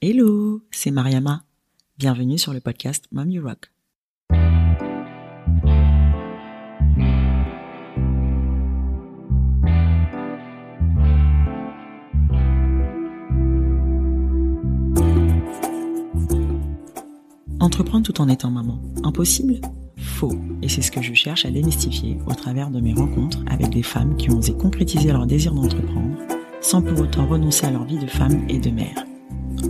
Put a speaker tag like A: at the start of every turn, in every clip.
A: Hello, c'est Mariama. Bienvenue sur le podcast Mommy Rock. Entreprendre tout en étant maman, impossible Faux. Et c'est ce que je cherche à démystifier au travers de mes rencontres avec des femmes qui ont osé concrétiser leur désir d'entreprendre sans pour autant renoncer à leur vie de femme et de mère.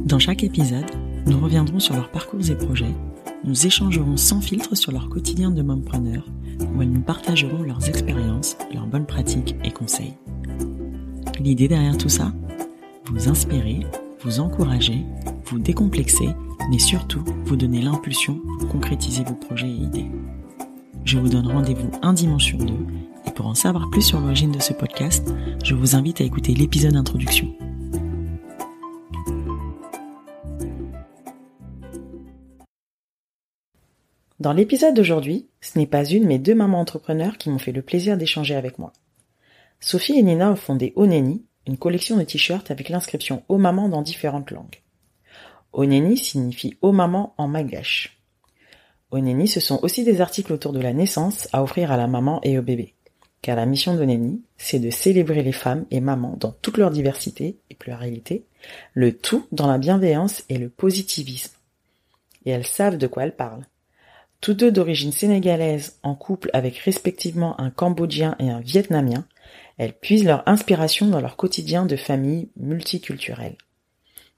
A: Dans chaque épisode, nous reviendrons sur leurs parcours et projets, nous échangerons sans filtre sur leur quotidien de mompreneur, où elles nous partageront leurs expériences, leurs bonnes pratiques et conseils. L'idée derrière tout ça Vous inspirer, vous encourager, vous décomplexer, mais surtout vous donner l'impulsion pour concrétiser vos projets et idées. Je vous donne rendez-vous un dimanche sur deux, et pour en savoir plus sur l'origine de ce podcast, je vous invite à écouter l'épisode introduction. Dans l'épisode d'aujourd'hui, ce n'est pas une mais deux mamans entrepreneurs qui m'ont fait le plaisir d'échanger avec moi. Sophie et Nina ont fondé Oneni, une collection de t-shirts avec l'inscription Ô maman dans différentes langues. Oneni signifie Ô maman en malgache. Oneni, ce sont aussi des articles autour de la naissance à offrir à la maman et au bébé. Car la mission d'Oneni, c'est de célébrer les femmes et mamans dans toute leur diversité et pluralité, le tout dans la bienveillance et le positivisme. Et elles savent de quoi elles parlent. Tous deux d'origine sénégalaise, en couple avec respectivement un Cambodgien et un Vietnamien, elles puisent leur inspiration dans leur quotidien de famille multiculturelle.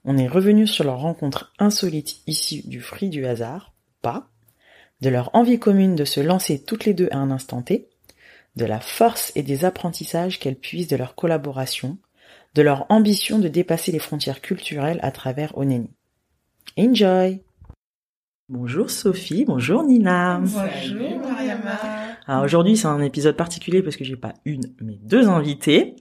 A: On est revenu sur leur rencontre insolite issue du fruit du hasard, pas, de leur envie commune de se lancer toutes les deux à un instant T, de la force et des apprentissages qu'elles puisent de leur collaboration, de leur ambition de dépasser les frontières culturelles à travers Oneni. Enjoy! Bonjour Sophie, bonjour Nina.
B: Bonjour Mariama.
A: Alors aujourd'hui c'est un épisode particulier parce que j'ai pas une mais deux invités.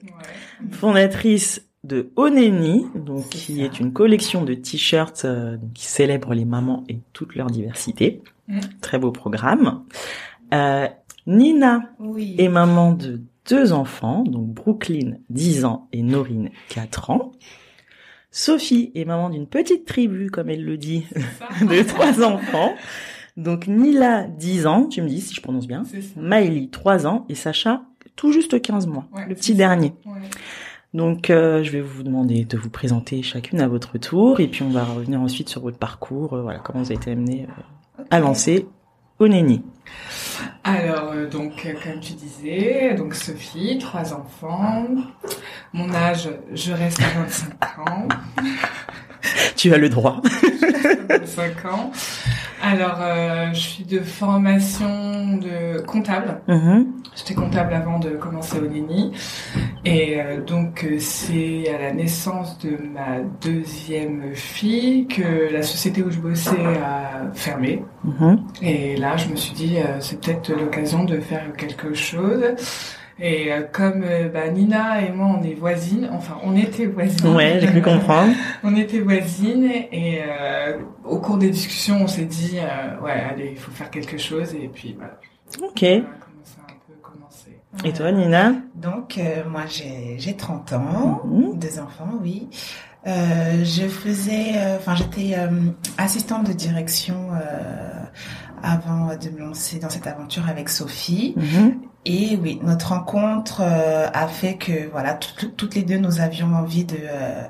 A: Fondatrice de Oneni, donc
B: C'est
A: qui
B: ça.
A: est une collection de t-shirts euh, donc, qui célèbre les mamans et toute leur diversité.
B: Mm.
A: Très beau programme. Euh, Nina
B: Oui.
A: est maman de deux enfants, donc Brooklyn 10 ans et Norine 4 ans. Sophie est maman d'une petite tribu comme elle le dit de trois enfants. Donc Nila, 10 ans, tu me dis si je prononce bien.
B: C'est ça.
A: Maëlie, 3 ans. Et Sacha, tout juste 15 mois,
B: Ouais,
A: le
B: c'est
A: petit
B: ça.
A: dernier.
B: Ouais.
A: Donc euh, je vais vous demander de vous présenter chacune à votre tour. Et puis on va revenir ensuite sur votre parcours, euh, voilà comment vous avez été amené euh, à lancer Oneni.
B: Alors, euh, donc, euh, comme tu disais, donc Sophie, trois enfants. Mon âge, je reste à 25 ans.
A: Tu as le droit.
B: 25 ans. Alors, euh, je suis de formation de comptable.
A: Mhm.
B: J'étais comptable avant de commencer au Nini. Et euh, donc, euh, c'est à la naissance de ma deuxième fille que la société où je bossais a fermé.
A: Mhm.
B: Et là, je me suis dit, euh, c'est peut-être l'occasion de faire quelque chose. Et euh, comme euh, bah, Nina et moi, on est voisines, enfin, on était voisines.
A: Ouais, j'ai cru comprendre.
B: on était voisines et euh, au cours des discussions, on s'est dit, euh, ouais, allez, il faut faire quelque chose. Et puis voilà.
A: Ok.
B: On a
A: Et
B: commencé à un peu commencer.
A: toi, Nina
C: Euh, Donc, euh, moi, j'ai j'ai 30 ans,
A: Mhm.
C: deux enfants, oui. Euh, je faisais, euh, enfin, j'étais euh, assistante de direction euh, avant de me lancer dans cette aventure avec Sophie.
A: Mhm.
C: Et oui, notre rencontre euh, a fait que, voilà, tout- tout- toutes les deux, nous avions envie de, euh,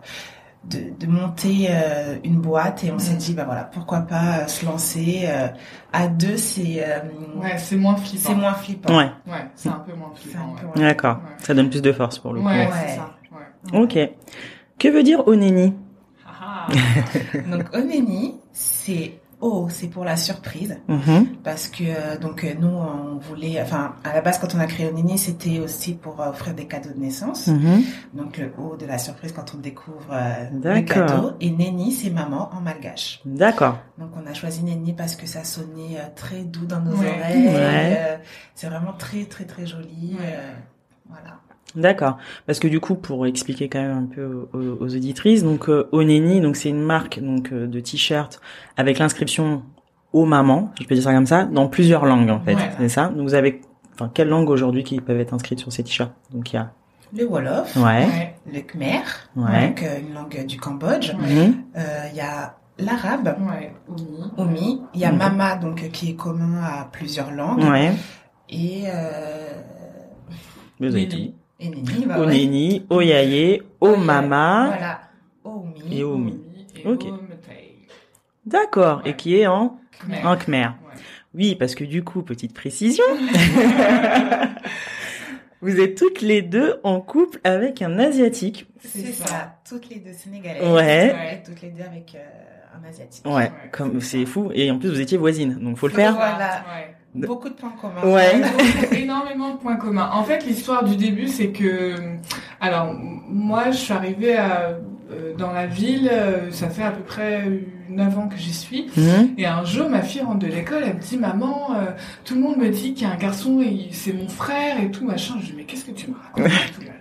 C: de, de monter euh, une boîte et on s'est
B: Mhm.
C: dit, bah voilà, pourquoi pas euh, se lancer euh, à deux, c'est euh,
B: Ouais, c'est moins flippant.
C: c'est moins flippant.
A: Ouais,
B: Ouais, c'est un peu moins
C: C'est un
B: flippant.
C: peu-
B: Ouais,
A: d'accord.
B: Ouais.
A: Ça donne plus de force pour le coup.
B: Ouais,
C: Ouais.
B: c'est ça. Ouais.
A: Ok. Que veut dire Oneni
B: Ah, ah.
C: Donc Oneni, c'est O, c'est pour la surprise,
A: Mhm.
C: parce que euh, donc euh, nous on voulait, enfin à la base quand on a créé Oneni, c'était aussi pour euh, offrir des cadeaux de naissance.
A: Mhm.
C: Donc le O de la surprise quand on découvre euh, le
A: D'accord.
C: cadeau et Neni, c'est maman en malgache.
A: D'accord.
C: Donc on a choisi Neni parce que ça sonnait euh, très doux dans nos
B: Ouais.
C: oreilles.
A: Ouais.
C: euh, c'est vraiment très très très joli.
B: Ouais.
C: euh, voilà.
A: D'accord. Parce que du coup, pour expliquer quand même un peu aux, aux auditrices, donc euh, Oneni, donc c'est une marque donc euh, de t-shirt avec l'inscription aux mamans, je peux dire ça comme ça, dans plusieurs langues en fait,
B: Ouais.
A: c'est ça. Donc vous avez, enfin, quelles langues aujourd'hui qui peuvent être inscrites sur ces t-shirts Donc il y a
C: le Wolof,
A: Ouais.
B: Ouais.
C: le Khmer,
A: Ouais.
C: donc euh, une langue du Cambodge. Euh,
B: Ouais.
A: Mhm.
C: Il y a l'arabe,
B: Ouais. Oui.
C: Omi. Il y a
A: Mhm.
C: Mama, donc euh, qui est commun à plusieurs langues.
A: Ouais.
C: Et euh,
A: Vous avez tout.
B: Lili.
C: et Nini, bah ouais.
A: Oneni, Oyaye, Omama.
C: Voilà. Omi.
A: Oh, Et oh. Omi.
B: Et
A: Ok.
B: Ometai.
A: D'accord. Et qui est en,
B: Khmer.
A: en Khmer.
B: Ouais.
A: Oui, parce que du coup, petite précision, vous êtes toutes les deux en couple avec un Asiatique.
C: C'est ça. Toutes les deux sénégalaises.
A: Ouais.
C: Et toutes les deux avec euh, un asiatique.
A: Ouais, comme c'est fou. Et en plus, vous étiez voisines, donc faut le faire.
C: Voilà.
B: Ouais.
C: Beaucoup de points communs.
A: Ouais.
B: énormément de points communs. En fait, l'histoire du début, c'est que, alors, m- moi, je suis arrivée à- euh, dans la ville, euh, ça fait à peu près 9 ans que j'y suis.
A: Mhm.
B: Et un jour, ma fille rentre de l'école, elle me dit, maman, euh, tout le monde me dit qu'il y a un garçon et il- c'est mon frère et tout, machin. Je dis, mais qu'est-ce que tu me racontes et tout, là.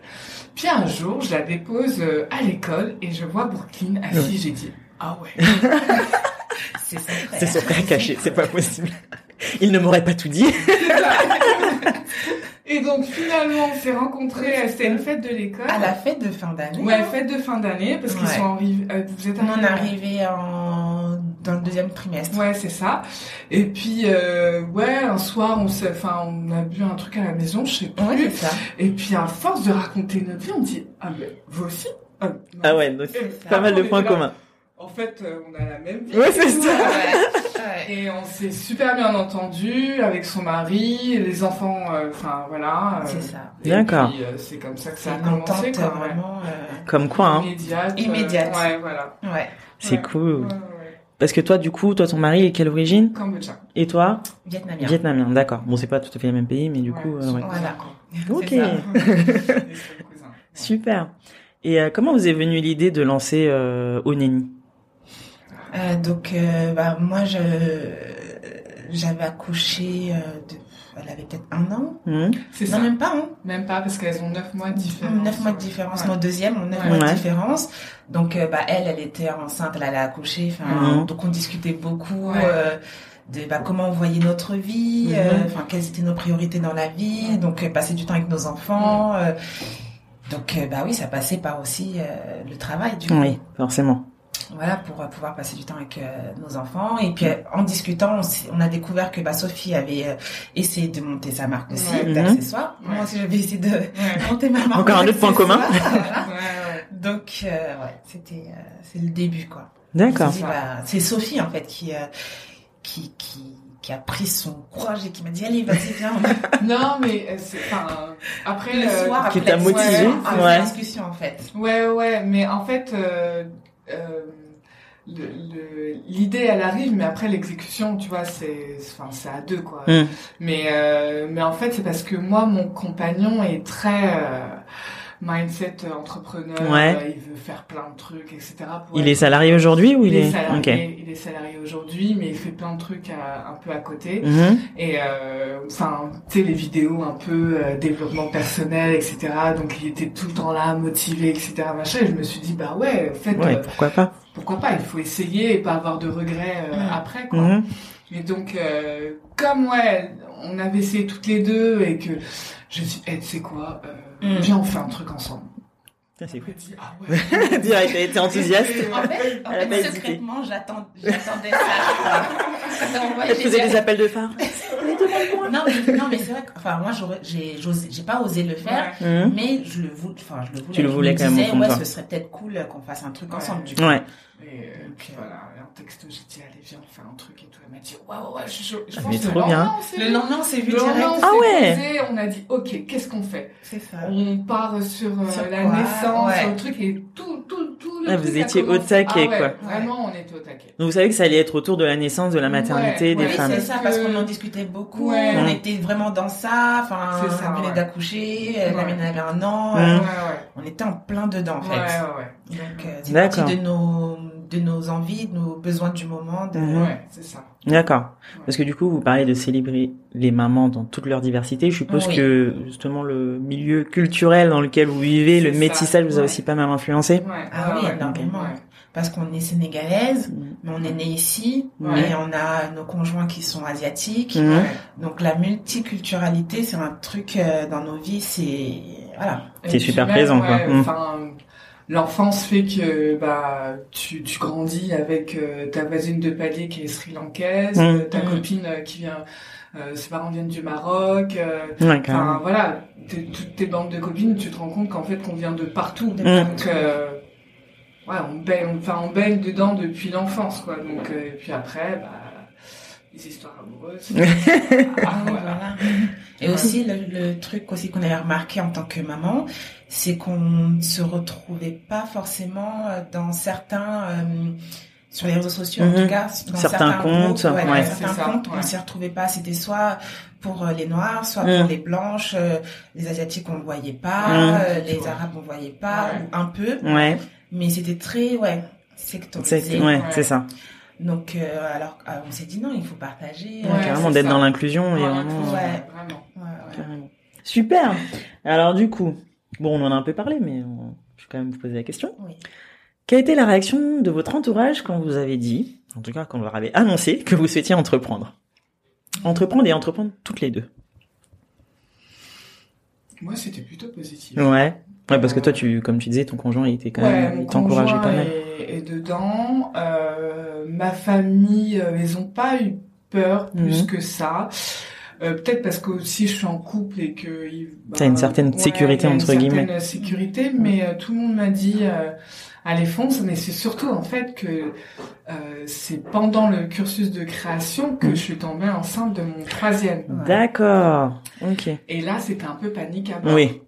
B: Puis un jour, je la dépose euh, à l'école et je vois Brooklyn assise, j'ai dit, ah ouais.
C: C'est son frère.
A: C'est son frère caché, c'est pas possible. Il ne m'aurait pas tout dit.
B: Et donc, finalement, on s'est rencontrés, euh, c'était une fête de l'école.
C: À la fête de fin d'année.
B: Ouais, fête de fin d'année, parce qu'ils
C: Ouais.
B: sont arrivés. euh, vous êtes
C: On en
B: arrivés-
C: arrivait en... dans le deuxième trimestre.
B: Ouais, c'est ça. Et puis, euh, ouais, un soir, on s'est, enfin, on a bu un truc à la maison, je sais plus.
C: Ouais, c'est ça.
B: Et puis, à force de raconter notre vie, on dit, ah, mais vous aussi Ah, non.
A: Ah ouais, donc
B: Et
A: pas mal de
B: on
A: points
B: était là,
A: communs.
B: En fait, euh, on a la même vie.
A: Ouais, c'est ça.
C: Ouais.
B: Et on s'est super bien entendu avec son mari, les enfants, euh, enfin, voilà. euh,
C: C'est ça.
B: et
A: D'accord.
B: puis, euh, c'est comme ça que
C: C'est
B: ça a
C: une
B: commencé,
C: entente
B: quoi. ouais.
C: vraiment. euh,
A: Comme quoi, hein.
B: Immédiate. euh,
C: Immédiate.
B: ouais, voilà.
C: Ouais.
A: C'est
B: Ouais.
A: cool.
B: Ouais, ouais, ouais.
A: Parce que toi, du coup, toi, ton mari est quelle origine
B: Cambodgien.
A: Et toi
C: Vietnamien.
A: Vietnamien, d'accord. Bon, c'est pas tout à fait le même pays, mais du
B: Ouais,
A: coup, euh,
B: son
A: ouais.
B: cousin,
C: Voilà.
B: quoi.
A: Ok.
C: C'est
B: Et
C: ça.
B: son cousin.
A: Super. Et euh, comment vous est venue l'idée de lancer euh, Oneni
C: Euh, donc, euh, bah, moi, je j'avais accouché. euh, de... Elle avait peut-être un an.
A: Mhm.
B: C'est ça.
C: Non, même pas. Hein.
B: Même pas parce qu'elles ont 9 mois de différence.
C: 9 mois de différence,
B: Ouais.
C: nos deuxièmes ont 9
B: Ouais.
C: mois
A: Ouais.
C: de différence. Donc, euh, bah, elle, elle était enceinte, elle allait accoucher. Enfin,
A: Mhm.
C: Donc, on discutait beaucoup
B: Mm-hmm. Ouais. Mm-hmm.
C: euh, de bah, comment on voyait notre vie,
A: Mhm.
C: euh, enfin, quelles étaient nos priorités dans la vie. Donc, euh, passer du temps avec nos
B: Mm.
C: enfants. euh, donc, euh, bah oui, ça passait par aussi euh, le travail, du coup.
A: Oui, forcément.
C: Voilà, pour euh, pouvoir passer du temps avec euh, nos enfants. Et puis, euh, en discutant, on, s'est- on a découvert que bah, Sophie avait euh, essayé de monter sa marque aussi
B: Ouais.
A: Mhm.
C: d'accessoires.
B: Ouais.
C: Moi aussi, j'avais essayé de
B: Ouais.
C: monter ma marque.
A: Encore un autre point
C: d'accessoires.
A: commun.
C: Voilà.
B: Ouais, ouais.
C: Donc, euh, ouais, c'était, euh, c'est le début, quoi. On
A: D'accord.
C: s'est dit, bah, c'est Sophie, en fait, qui, euh, qui, qui, qui a pris son courage et qui m'a dit, allez, vas-y, viens, on va
B: Non, mais euh, c'est. Enfin, après.
C: le
B: euh,
C: soir.
A: Qui
C: après
A: t'a
C: la
A: motivée,
C: discussion, après
A: ouais.
C: la discussion, en fait.
B: Ouais, ouais, mais en fait. euh, euh, le- le- L'idée, elle arrive, mais après l'exécution, tu vois, c'est, c'est- enfin, c'est à deux, quoi.
A: Mm.
B: Mais, euh, mais en fait, c'est parce que moi, mon compagnon est très euh, mindset euh, entrepreneur.
A: Ouais.
B: euh, il veut faire plein de trucs, etc. pour
A: Il
B: être-
A: est salarié aujourd'hui ou il est...
B: salarié, il est salarié aujourd'hui, mais il fait plein de trucs à- un peu à côté.
A: Ok. Mhm.
B: Et euh, enfin, tu sais, les vidéos un peu euh, développement personnel, etc. Donc il était tout le temps là, motivé, etc. Machin. Et je me suis dit, bah ouais, en fait,
A: Ouais,
B: euh,
A: pourquoi pas.
B: pourquoi pas Il faut essayer et pas avoir de regrets euh,
C: Mhm.
B: après, quoi.
A: Mhm.
B: Et donc, euh, comme ouais, on avait essayé toutes les deux et que je me suis dit, Eh, tu sais quoi, euh,
C: Mhm.
B: viens, on fait un truc ensemble.
A: Putain, c'est
B: Elle
A: cool.
B: m'a dit, ah ouais.
A: Direct, elle était enthousiaste.
B: Et, euh,
C: En fait, en
A: Elle a pas
C: fait
A: hésité.
C: secrètement, j'attend- j'attendais ça. Donc, moi,
A: Elle
C: j'ai
A: faisait
C: dit-
A: des appels de phare.
C: non, mais, non, mais c'est vrai que, enfin, moi, j'aurais- j'ai, j'osais- j'ai pas osé le faire.
B: Ouais.
A: Mhm.
C: Mais je le voulais, enfin, je le voulais.
A: Tu le
C: Je me
A: voulais quand même au
C: disais,
A: fond de
C: ouais,
A: toi.
C: ce serait peut-être cool qu'on fasse un truc
B: Ouais.
C: ensemble, du coup.
A: Ouais.
B: Et euh,
C: Ok.
B: puis voilà, un texto, j'ai dit, allez, viens, on fait un truc et tout. Elle m'a dit, waouh, ouais, je suis chaud. Je
A: Ah,
B: pense
A: mais
B: que
A: trop
B: le
A: bien.
B: lendemain, on s'est
C: Le
B: vu.
C: lendemain, on s'est vu
B: Le lendemain,
C: direct.
B: on
A: Ah
B: s'est
A: ouais.
B: posé, on a dit, ok, qu'est-ce qu'on fait
C: C'est ça.
B: On part sur, euh,
C: Sur
B: la
C: quoi
B: naissance,
C: Ouais.
B: sur le truc et tout, tout, tout le
A: Ah,
B: truc
A: vous
B: a
A: étiez au
B: commencé.
A: taquet,
B: Ah ouais,
A: quoi.
B: Vraiment, on était au taquet.
A: Donc vous savez que ça allait être autour de la naissance, de la maternité,
B: Ouais,
A: des
B: ouais.
C: Oui,
A: femmes.
C: c'est ça, parce
B: Que-
C: qu'on en discutait beaucoup,
B: Ouais.
C: on
A: Mm.
C: était vraiment dans ça, enfin,
B: C'est ça,
C: on venait
B: ouais.
C: d'accoucher, elle
B: Ouais.
C: la mienne avait un an,
A: Mm.
B: Ouais,
C: euh,
B: ouais,
C: on était en plein dedans, en
B: ouais.
C: fait.
B: Ouais, ouais,
C: Donc, euh, c'est
A: D'accord.
C: parti de nos, de nos envies, de nos besoins du moment, de...
A: Mhm.
B: ouais, c'est ça.
A: D'accord. Parce que du coup, vous parlez de célébrer les mamans dans toute leur diversité. Je suppose
C: Oui.
A: que justement le milieu culturel dans lequel vous vivez, le
B: C'est ça.
A: métissage vous a
B: Ouais.
A: aussi pas mal influencé.
B: Ouais, ouais,
C: Ah oui,
B: ouais.
C: énormément.
B: Ouais.
C: Parce qu'on est sénégalaise,
A: Mm.
C: mais on est né ici,
A: Ouais.
C: et on a nos conjoints qui sont asiatiques,
A: Mhm.
B: Ouais.
C: Donc la multiculturalité, c'est un truc euh, dans nos vies, c'est voilà.
B: Et
A: C'est
B: puis
A: super
B: même,
A: plaisant,
B: ouais,
A: quoi. Mm.
B: enfin, L'enfance fait que bah tu, tu grandis avec euh, ta voisine de palier qui est sri-lankaise,
A: Mm.
B: euh, ta
C: Mm.
B: copine euh, qui vient, euh, ses parents viennent du Maroc. euh,
A: Ouais, quand même.
B: Enfin voilà, t'es- toutes tes bandes de copines, tu te rends compte qu'en fait qu'on vient de partout.
A: Hum.
C: De
B: Donc euh, ouais, on baigne, on- enfin on baigne dedans depuis l'enfance quoi. Donc euh, et puis après bah les histoires amoureuses. Ah,
C: Ah,
B: voilà.
C: voilà. Et aussi le, le truc aussi qu'on avait remarqué en tant que maman, c'est qu'on ne se retrouvait pas forcément euh, dans certains euh, sur les réseaux sociaux en
A: Mhm.
C: tout cas dans
A: Certains
C: groupes,
A: comptes,
C: ouais, dans
A: ouais.
B: C'est ça,
C: certains comptes, on
B: ouais.
C: s'y retrouvait pas. C'était soit pour euh, les noirs, soit
A: Mhm.
C: pour les blanches, euh, les asiatiques on ne voyait pas,
A: Mhm.
C: euh, les arabes on ne voyait pas
B: Ouais.
C: ou un peu,
A: Ouais,
C: mais c'était très ouais sectorisé.
A: c'est ouais,
B: Ouais.
A: c'est ça.
C: Donc euh, alors euh, on s'est dit non, il faut partager.
B: Ouais,
C: euh,
A: carrément
B: c'est
A: d'être
B: ça.
A: dans l'inclusion et
B: Ouais,
A: vraiment. euh,
C: ouais.
B: vraiment.
C: ouais, ouais.
A: Carrément. Super. Alors du coup, bon, on en a un peu parlé, mais on- je vais quand même vous poser la question.
C: Oui.
A: Quelle a été la réaction de votre entourage quand vous avez dit, en tout cas quand vous leur avez annoncé que vous souhaitiez entreprendre Entreprendre et entreprendre toutes les deux.
B: Moi c'était plutôt positif.
A: Ouais. Ouais, parce que toi, tu, comme tu disais, ton conjoint, il était quand même,
B: mon
A: il t'encourageait pas
B: conjoint
A: mal.
B: Est, est dedans. Euh, ma famille, euh, ils ont pas eu peur plus
A: Mhm.
B: que ça. Euh, Peut-être parce que aussi je suis en couple et que il- bah,
A: T'as une certaine sécurité,
B: il y a
A: entre
B: une
A: guillemets.
B: certaine sécurité, mais euh, tout le monde m'a dit euh, allez fonce. Mais c'est surtout en fait que euh, c'est pendant le cursus de création que
A: Mhm.
B: je suis tombée enceinte de mon troisième.
C: Ouais.
A: D'accord. Ok.
B: Et là c'était un peu panique à bord.
A: Oui.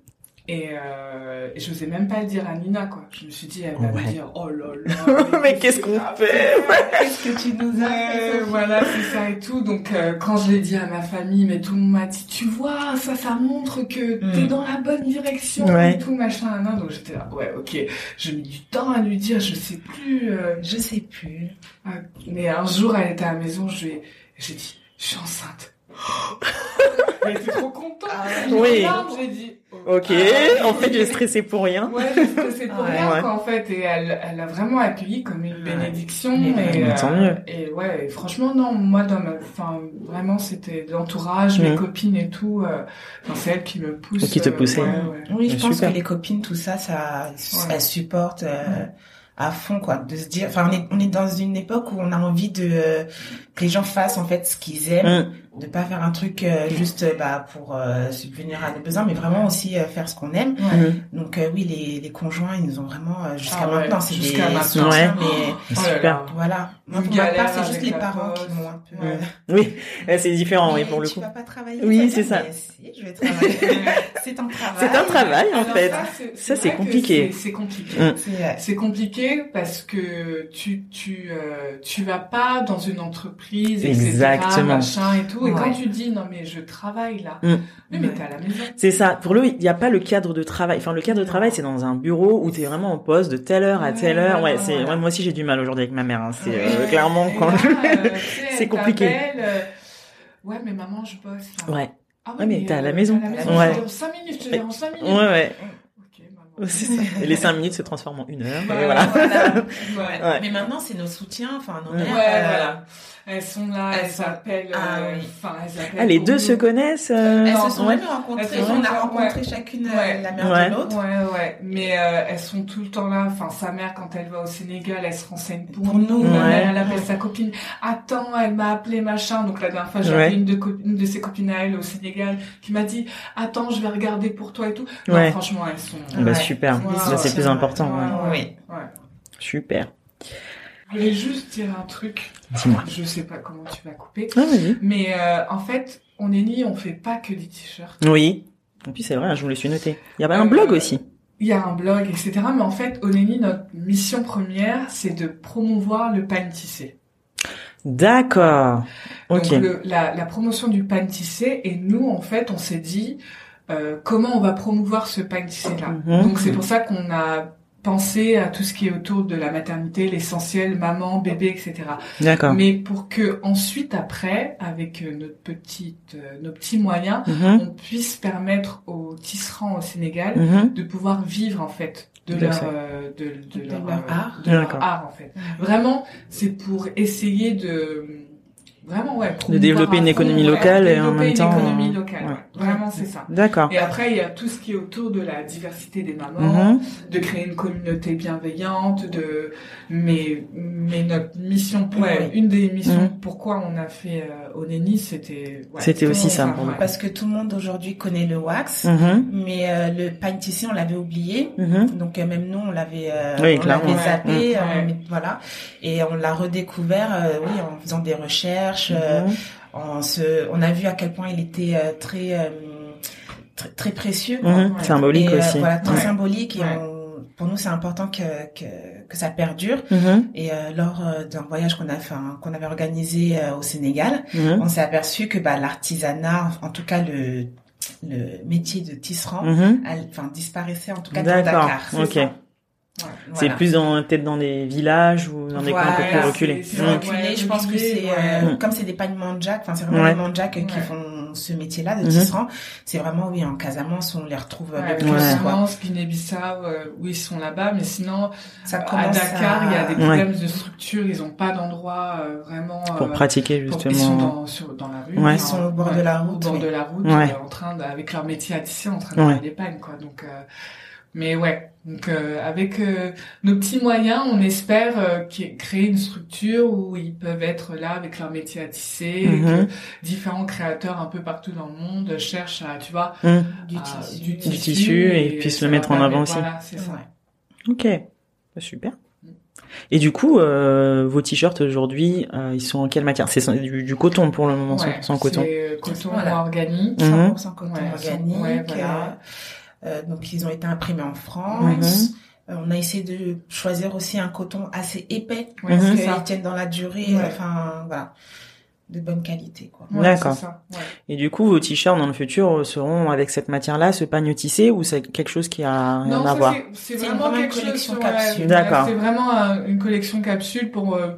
B: Et euh, et je n'osais même pas le dire à Nina, quoi. Je me suis dit, elle va
A: Ouais.
B: me dire, oh là là.
A: Mais qu'est-ce qu'on
B: t'as
A: fait
C: Qu'est-ce que tu nous as fait,
B: Ouais,
C: Sophie
B: voilà, c'est ça et tout. Donc, euh, quand je l'ai dit à ma famille, mais tout le monde m'a dit, tu vois, ça, ça montre que
C: Mm.
B: t'es dans la bonne direction
A: Ouais.
B: et tout, machin, nan, nan. Donc, j'étais là, ouais, ok. J'ai mis du temps à lui dire, je sais plus. euh,
C: Je sais plus.
B: euh, mais un jour, elle était à la maison, je lui ai, j'ai dit, je suis enceinte. elle était trop contente.
A: ouais. Oui.
B: J'ai dit,
A: Ok.
B: Ah,
A: en fait, j'ai stressé pour rien.
B: Ouais, parce que c'est pour
C: Ouais.
B: rien,
A: Ouais.
B: quoi, en fait. Et elle, elle a vraiment accueilli comme une bénédiction.
C: Mais
B: Et, euh,
A: bah, tant mieux.
B: Et ouais, et franchement, non, moi, dans ma, enfin, vraiment, c'était l'entourage,
A: Mhm.
B: mes copines et tout. euh, Enfin, c'est elle qui me pousse.
A: Et qui te
B: euh,
A: poussait. Ah,
B: ouais, ouais.
C: Oui, je
A: Mais
C: pense
A: super.
C: que les copines, tout ça, ça,
B: Ouais.
C: elles supportent euh, à fond, quoi, de se dire. Enfin, on est, on est dans une époque où on a envie de euh, que les gens fassent en fait ce qu'ils aiment,
A: Hum,
C: de pas faire un truc euh, juste euh, bah pour euh, subvenir à nos besoins, mais vraiment aussi euh, faire ce qu'on aime.
A: hum.
C: Donc euh, oui, les, les conjoints, ils nous ont vraiment euh, jusqu'à
B: Ah ouais,
C: maintenant, c'est
B: jusqu'à
C: des
B: maintenant.
C: soutiens,
B: Ouais.
C: mais
B: Oh là
A: Super.
B: là.
C: voilà. Moi,
B: Une
C: pour ma
B: galère
C: part, c'est juste
B: avec
C: les
B: la
C: parents qui
B: poste.
C: m'ont un peu.
A: Ouais.
C: euh,
A: Oui. Là, c'est différent, oui,
C: Mais
A: pour le
C: Tu
A: coup.
C: vas pas travailler.
A: Oui,
C: toi,
A: c'est
C: non,
A: ça.
C: mais si, je vais travailler. c'est un travail.
A: C'est un travail, Ah en
B: Alors
A: fait.
B: ça, c'est-
A: Ça,
B: c'est
A: c'est
B: vrai que
A: compliqué.
B: C'est c'est compliqué.
A: Mhm.
C: C'est euh,
B: C'est compliqué parce que tu tu euh, tu vas pas dans une entreprise etc.,
A: Exactement.
B: machin et tout et
C: Ouais.
B: quand tu dis non mais je travaille là
A: Mm.
B: oui mais t'es à la maison
A: C'est ça. Pour lui, il n'y a pas le cadre de travail. Enfin, le cadre de travail, c'est dans un bureau où t'es vraiment en poste de telle heure à
B: Ouais,
A: telle heure. Ouais,
B: voilà,
A: c'est,
B: voilà.
A: ouais, moi aussi, j'ai du mal aujourd'hui avec ma mère. hein. C'est
B: Ouais.
A: euh, clairement
B: Et
A: quand
B: là,
A: je...
B: euh, tu sais,
A: C'est
B: elle
A: compliqué.
B: t'appelle, euh, Ouais, mais maman, je bosse. là.
A: Ouais,
B: Ah
A: Ouais, mais t'es à la maison.
C: Ouais.
B: Je te dis en 5 minutes, je te dis en 5 minutes.
A: ouais, ouais.
B: Ok, maman.
A: C'est ça. Et les cinq minutes se transforment en une heure.
B: Bah,
A: et voilà.
B: Ouais.
A: Ah, Ouais.
C: Ah, bah, Mais maintenant, c'est nos soutiens, enfin, nos
A: Ouais,
B: Ouais,
C: mères, euh,
B: voilà. Elles sont là,
C: elles
B: elles
C: sont-
B: s'appellent.
C: Ah,
B: euh,
C: oui.
B: enfin, elles appellent
A: Ah, les
B: pour
A: deux
B: nous.
A: se connaissent. euh,
C: Elles se sont
A: ouais.
C: jamais rencontrées.
B: Elles se sont-
C: On a rencontré chacune euh,
B: Ouais.
C: la mère
A: Ouais.
C: de l'autre.
B: Ouais, ouais. Mais euh, elles sont tout le temps là. Enfin, sa mère, quand elle va au Sénégal, elle se renseigne pour,
C: Pour nous, euh,
B: Ma
A: ouais.
B: mère, elle appelle sa copine. Attends, elle m'a appelé, machin. Donc, la dernière fois, j'ai
A: Ouais.
B: appelé une de, co- une de ses copines à elle au Sénégal qui m'a dit, attends, je vais regarder pour toi et tout. Non,
A: Ouais.
B: franchement, elles sont...
A: Bah,
C: Ouais.
A: super.
B: Wow.
A: Ça, c'est plus important. ouais.
B: Ouais.
C: Oui.
B: Ouais.
A: Super.
B: Je voulais juste dire un truc.
A: Dis-moi.
B: Je sais pas comment tu vas couper.
A: Ah, vas-y.
B: Mais euh, en fait, on est ni, on fait pas que des t-shirts.
A: Oui. En plus, c'est vrai, je vous l'ai su noter. Il y avait un
B: Euh,
A: blog aussi.
B: Il y a un blog, etc. Mais en fait, Oneni, notre mission première, c'est de promouvoir le pain tissé.
A: D'accord. Ok.
B: Donc le- la, la promotion du pain tissé et nous en fait on s'est dit euh, comment on va promouvoir ce pain tissé là.
A: Mhm.
B: Donc c'est pour ça qu'on a pensé à tout ce qui est autour de la maternité, l'essentiel, maman, bébé, etc.
A: D'accord.
B: Mais pour que ensuite après, avec euh, notre petite, euh, nos petits moyens,
A: Mhm.
B: on puisse permettre aux tisserands au Sénégal
A: Mhm.
B: de pouvoir vivre en fait de
A: Tout à
B: leur
A: fait.
B: euh, de, de
C: De
B: leur,
C: leur
B: euh,
C: art.
B: de leur
A: D'accord.
B: art en fait. Vraiment, c'est pour essayer de Vraiment, ouais. promouvoir
A: développer
B: à
A: une
B: fond,
A: économie
B: ouais,
A: locale et en
B: développer
A: même
B: une
A: temps,
B: économie
A: euh,
B: locale,
A: ouais.
B: ouais. Vraiment, c'est ça.
A: D'accord.
B: Et après, il y a tout ce qui est autour de la diversité des mamans,
A: Mhm.
B: de créer une communauté bienveillante, de mais mais notre mission, ouais, une des missions pourquoi on a fait euh, Oneni, c'était ouais,
A: Mhm. C'était aussi ça, pour le
B: ouais.
C: Parce que tout le monde aujourd'hui connaît le wax,
A: Mhm.
C: mais euh, le pâtissier, on l'avait oublié.
A: Mhm.
C: Donc euh, même nous, on l'avait, euh,
A: Oui,
C: on
A: clairement.
C: l'avait zappé,
B: Mm. Ouais.
C: euh, mais voilà, et on l'a redécouvert, euh, oui, en faisant des recherches. euh,
A: Mhm.
C: en se, on a vu à quel point il était euh, très, euh, très, très précieux. quoi.
A: Mhm.
B: ouais.
A: Symbolique
C: Et, euh,
A: aussi.
C: Voilà, très
B: Ouais.
C: symbolique. Et
B: Ouais.
C: on- pour nous, c'est important que, que, que ça perdure.
A: Mhm.
C: Et euh, lors euh, d'un voyage qu'on a fait, hein, qu'on avait organisé euh, au Sénégal,
A: Mhm.
C: on s'est aperçu que bah, l'artisanat, en tout cas le, le métier de tisserand,
A: Mhm.
C: elle- enfin disparaissait en tout cas dans
A: D'accord.
C: Dakar.
A: Ok.
C: ça.
B: Ouais.
A: C'est
C: Voilà.
A: plus dans peut-être dans des villages ou dans des coins un peu plus
C: Voilà,
A: reculés.
B: c'est-
C: plus
B: Mm.
C: reculé.
B: Ouais,
C: je pense que
B: oublié,
C: c'est
B: ouais.
C: euh, comme c'est des pagnes manjac, enfin c'est vraiment
A: Mmh. Ouais.
C: les manjac qui
B: Ouais.
C: font ce métier-là de
A: Mhm.
C: tisserand. C'est vraiment oui en Casamance on les retrouve euh,
B: Ouais,
C: le
B: ouais.
C: plus.
A: Ouais.
B: Souvent,
C: quoi.
B: Guinée-Bissau, euh, où ils sont là-bas, mais sinon,
C: Ça
B: à
C: commence
B: Dakar,
C: à-
B: il y a des
A: Ouais.
B: problèmes de structure, ils n'ont pas d'endroit euh, vraiment.
A: Pour
B: euh,
A: pratiquer
B: pour- Ils sont
A: justement.
B: dans, sur- dans la rue. hein,
A: Ouais.
C: Ils sont au bord de la route,
B: Au bord
C: oui.
B: de la route,
A: Ouais.
B: euh, en train de, avec leur métier à tisser, en train
A: Ouais.
B: de des pagnes, quoi. Donc, euh, mais ouais. Donc, euh, avec euh, nos petits moyens, on espère euh, qui- créer une structure où ils peuvent être là avec leur métier à tisser. et
A: Mhm.
B: que différents créateurs un peu partout dans le monde cherchent à, tu vois,
C: du
B: à-
C: tissu.
A: Du tissu et puissent le
B: ça
A: mettre
B: va
A: en
B: pas,
A: avant
B: mais
A: aussi.
B: Voilà, c'est ça.
C: Ouais.
A: Ok. Bah, Super. Et du coup, euh, vos t-shirts aujourd'hui, euh, ils sont en quelle matière C'est du, du coton pour le moment, 100%
B: Ouais,
A: coton.
B: c'est, euh, coton
C: Voilà.
B: organique.
A: Mhm.
C: 100% coton
B: Ouais,
C: organique.
B: ouais, voilà.
C: euh, euh, donc ils ont été imprimés en France.
A: Mhm.
C: Euh, on a essayé de choisir aussi un coton assez épais
B: Ouais,
A: Mhm.
C: parce
B: c'est
C: qu'ils
B: ça.
C: tiennent dans la durée. euh,
B: Ouais.
C: Enfin voilà, de bonne qualité quoi.
B: Ouais,
A: D'accord.
B: c'est ça, ouais.
A: Et du coup, vos t-shirts dans le futur euh, seront avec cette matière-là, ce pagne tissé, ou c'est quelque chose qui a rien
B: Non,
A: à
B: ça,
A: voir
B: c'est- c'est
C: C'est
B: vraiment
C: vraiment une
B: quelque
C: collection
B: chose.
C: capsule.
B: ouais,
A: D'accord.
B: C'est vraiment euh, une collection capsule pour, euh,